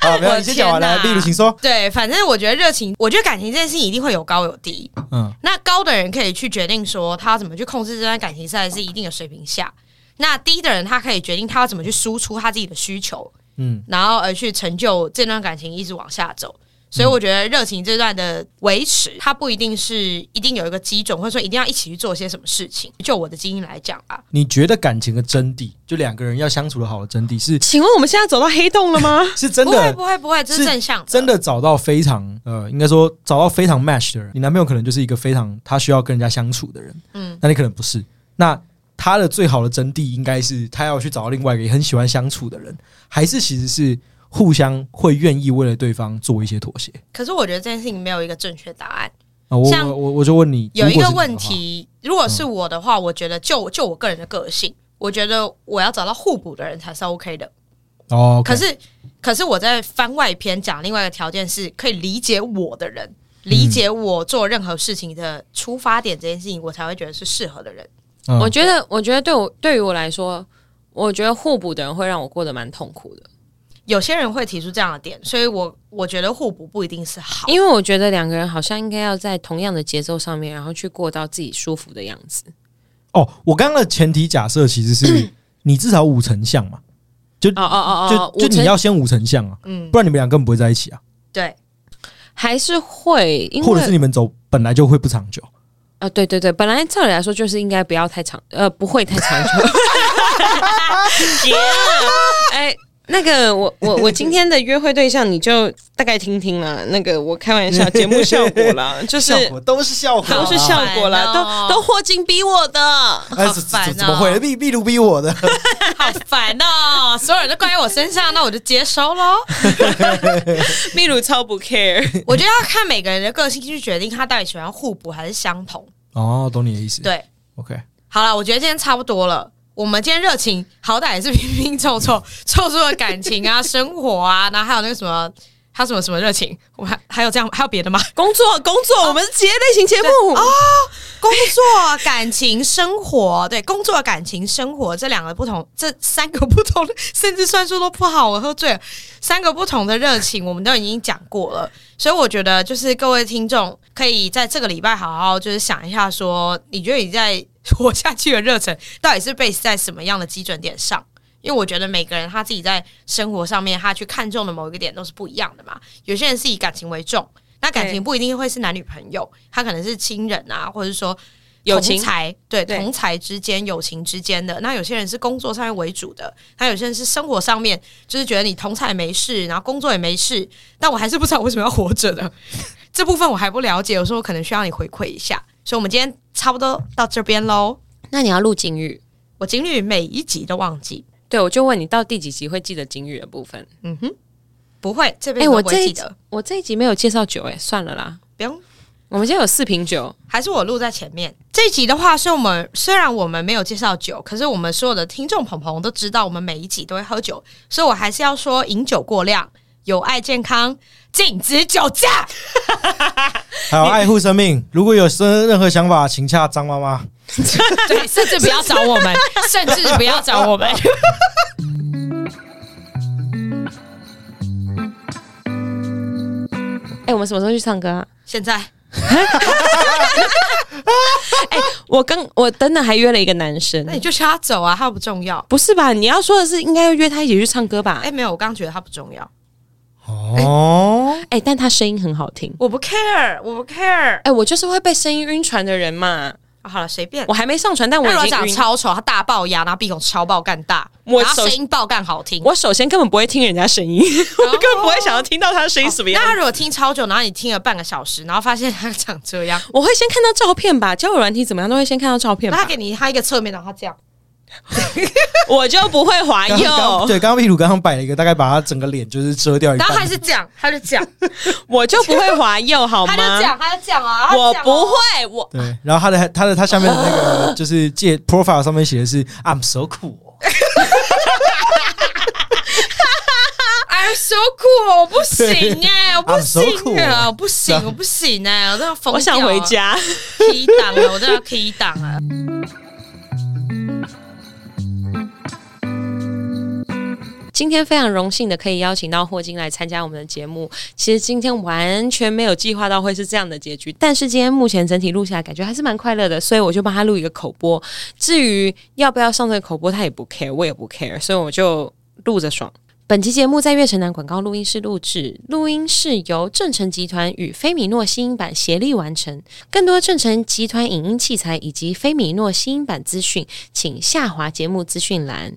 Speaker 3: 啊没有，你先讲完
Speaker 2: 我的
Speaker 3: 来，
Speaker 2: 天哪
Speaker 3: 例如请
Speaker 1: 哦
Speaker 3: 说，
Speaker 2: 对，反正我觉得热情，我觉得感情这件事情一定会有高有低。
Speaker 3: 嗯
Speaker 2: 那高的人可以去决定说他怎么去控制这段感情，在是一定的水平下。那低的人他可以决定他要怎么去输出他自己的需求，
Speaker 3: 嗯
Speaker 2: 然后而去成就这段感情一直往下走。所以我觉得热情这段的维持，它不一定是一定有一个基准，或者说一定要一起去做些什么事情。就我的经验来讲啊，
Speaker 3: 你觉得感情的真谛，就两个人要相处的好的真谛是”
Speaker 1: 请问我们现在走到黑洞了吗？
Speaker 3: 是真
Speaker 2: 不会
Speaker 3: 的
Speaker 2: 不会不会，这是
Speaker 3: 是
Speaker 2: 正向
Speaker 3: 真的找到非常呃，应该说找到非常 match 的人，你男朋友可能就是一个非常他需要跟人家相处的人，
Speaker 2: 嗯
Speaker 3: 嗯，那你可能不是。那他的最好的真谛应该是他要去找到另外一个也很喜欢相处的人，还是其实是互相会愿意为了对方做一些妥协
Speaker 2: 可是我觉得这件事情没有一个正确答案。
Speaker 3: 啊？我
Speaker 2: 像
Speaker 3: 我我我就问你，
Speaker 2: 有一
Speaker 3: 如果
Speaker 2: 个
Speaker 3: 是你的
Speaker 2: 问
Speaker 3: 话，
Speaker 2: 题，如果
Speaker 3: 哦
Speaker 2: 是我的话，我觉得就就我个人的个性，我觉得我要找到互补的人才是 OK 的。
Speaker 3: 哦，OK，
Speaker 2: 可是，可是我在番外篇讲另外一个条件是可以理解我的人，理解我做任何事情的出发点这件事情，我才会觉得是适合的人。
Speaker 3: 嗯
Speaker 1: 我觉得，我觉得对我对于我来说，我觉得互补的人会让我过得蛮痛苦的，
Speaker 2: 有些人会提出这样的点，所以我我觉得互补不一定是好。
Speaker 1: 因为我觉得两个人好像应该要在同样的节奏上面，然后去过到自己舒服的样子。
Speaker 3: 哦，我刚刚的前提假设其实是 你至少五成像嘛，
Speaker 1: 哦哦哦
Speaker 3: 就
Speaker 1: 哦，
Speaker 3: 就
Speaker 1: 五成
Speaker 3: 你要先五成像啊，
Speaker 2: 嗯，
Speaker 3: 不然你们俩根本不会在一起啊，
Speaker 2: 对，
Speaker 1: 还是会，因
Speaker 3: 或者是
Speaker 1: 为
Speaker 3: 你们走本来就会不长久。
Speaker 1: 啊，对对对，本来照理来说就是应该不要太长，呃，不会太长 久。啊哎，那个我我我今天的约会对象，你就大概听听啦。那个我开玩笑，节目效果啦，就是
Speaker 3: 效果都是效果，
Speaker 1: 都是效果啦，
Speaker 2: 好烦哦
Speaker 1: 都都霍金逼我的。
Speaker 3: 哎，
Speaker 2: 好
Speaker 3: 怎怎
Speaker 2: 烦
Speaker 1: 啊
Speaker 2: 哦
Speaker 3: 怎么 会？秘秘鲁逼我的，
Speaker 2: 好烦哦！所有人都怪在我身上，那我就接收喽。
Speaker 1: 秘鲁超不 care，
Speaker 2: 我觉得要看每个人的个性去决定他到底喜欢互补还是相同。
Speaker 3: 哦，懂你的意思。
Speaker 2: 对，
Speaker 3: ，OK，
Speaker 2: 好了，我觉得今天差不多了。我们今天热情好歹也是拼拼凑凑 凑出了感情 啊、生活啊，然后还有那个什么，还有什么什么热情，我还还有这样还有别的吗？
Speaker 1: 工作工作，我们是职业类型节目哦。
Speaker 2: 工作、啊感情、生活，对，工作、啊感情、生活这两个不同，这三个不同，甚至算数都不好，我喝醉了。三个不同的热情，我们都已经讲过了，所以我觉得就是各位听众可以在这个礼拜好好就是想一下说你觉得你在活下去的热忱到底是 base 在什么样的基准点上？因为我觉得每个人他自己在生活上面他去看重的某一个点都是不一样的嘛。有些人是以感情为重，那感
Speaker 1: 对
Speaker 2: 情不一定会是男女朋友，他可能是亲人啊，或者是说
Speaker 1: 友情
Speaker 2: 同才对
Speaker 1: 对
Speaker 2: 同才之间、友情之间的。那有些人是工作上面为主的，那有些人是生活上面，就是觉得你同才没事，然后工作也没事，但我还是不知道为什么要活着的。这部分我还不了解，有时候可能需要你回馈一下。所以，我们今天差不多到这边喽。
Speaker 1: 那你要录金玉？
Speaker 2: 我经历每一集都忘记，
Speaker 1: 对，我就问你到第几集会记得金玉的部分？
Speaker 2: 嗯哼，不会，这
Speaker 1: 哎、
Speaker 2: 边
Speaker 1: 我
Speaker 2: 我
Speaker 1: 这
Speaker 2: 会
Speaker 1: 一
Speaker 2: 记
Speaker 1: 集
Speaker 2: 得，
Speaker 1: 我这一集没有介绍酒、哎，算了啦。
Speaker 2: 不用
Speaker 1: 我们现在有四瓶酒，
Speaker 2: 还是我录在前面。这一集的话，是我们虽然我们没有介绍酒，可是我们所有的听众朋朋都知道，我们每一集都会喝酒，所以我还是要说，饮酒过量，有害健康，禁止酒驾。
Speaker 3: 还有爱护生命。如果有任任何想法，请洽张妈妈。
Speaker 8: 对，甚至不要找我 们，甚至不要找我们。
Speaker 1: 哎、我们什么时候去唱歌啊？
Speaker 2: 现在
Speaker 1: 我跟我等等还约了一个男生
Speaker 2: 那，你就叫他走啊，他又不重要。
Speaker 1: 不是吧？你要说的是应该要约他一起去唱歌吧？
Speaker 2: 哎、
Speaker 1: 哎、
Speaker 2: 没有，我刚刚觉得他不重要，
Speaker 3: 哦，
Speaker 1: 哎但他声音很好听。
Speaker 2: 我不 care，我不 care。
Speaker 1: 哎、我就是会被声音晕船的人嘛。
Speaker 2: 啊好了，随便
Speaker 1: 我。还没上传，但我
Speaker 2: 那如
Speaker 1: 已
Speaker 2: 果
Speaker 1: 经
Speaker 2: 长
Speaker 1: 晕。
Speaker 2: 超丑，他大龅牙，然后鼻孔超爆干大，
Speaker 1: 我
Speaker 2: 然后
Speaker 1: 首
Speaker 2: 声音爆干好听。
Speaker 1: 我首先根本不会听人家声音， 哦我根本不会想要听到他的声音什么样
Speaker 2: 那他
Speaker 1: 子。
Speaker 2: 如果听超久，然后你听了半个小时，然后发现他长这样，
Speaker 1: 我会先看到照片吧，交友软体怎么样都会先看到照片
Speaker 2: 那他
Speaker 1: 吧，
Speaker 2: 给你他一个侧面，然后他这样，
Speaker 1: 我就不会哦滑
Speaker 3: 刚刚
Speaker 1: 右，
Speaker 3: 对，刚刚秘鲁刚刚摆了一个，大概把他整个脸就是遮
Speaker 1: 哎
Speaker 3: 掉一
Speaker 2: 然
Speaker 3: 半
Speaker 2: 后。他还是这样，他就这样，
Speaker 1: 我就不会滑右，好
Speaker 2: 他就这
Speaker 1: 吗？
Speaker 2: 样，他就这样啊，他
Speaker 1: 我
Speaker 2: 这样
Speaker 1: 不
Speaker 2: 哦。
Speaker 1: 会，我
Speaker 3: 对，然后他的他的他下面的那个就是介 profile 上面写的是 I'm so cool，
Speaker 2: I'm so cool，我不行哎、我不
Speaker 3: I'm so
Speaker 2: 行啊，
Speaker 3: cool
Speaker 2: 我不行，我不行哎、我都要疯
Speaker 1: 我想回，家。
Speaker 2: 踢档了，我都要踢档了。
Speaker 1: 今天非常荣幸的可以邀请到霍金来参加我们的节目。其实今天完全没有计划到会是这样的结局，但是今天目前整体录下来感觉还是蛮快乐的，所以我就帮他录一个口播。至于要不要上这个口播，他也不 care，我也不 care，所以我就录着爽。本期节目在月城南广告录音室录制，录音室由正成集团与菲米诺新音版协力完成。更多正成集团影音器材以及菲米诺新音版资讯，请下滑节目资讯栏。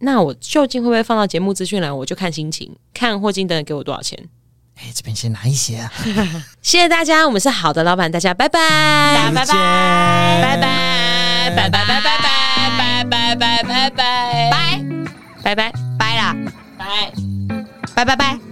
Speaker 1: 那我究竟会不会放到节目资讯栏，我就看心情，看霍金等人给我多少钱。
Speaker 5: 哎，这边先拿一些啊。
Speaker 1: 谢谢大家，我们是好的老板，大家拜拜，拜拜，拜拜，拜拜，拜拜，拜拜，拜拜，拜拜，拜拜，拜拜。
Speaker 2: 拜啦，拜拜拜拜拜。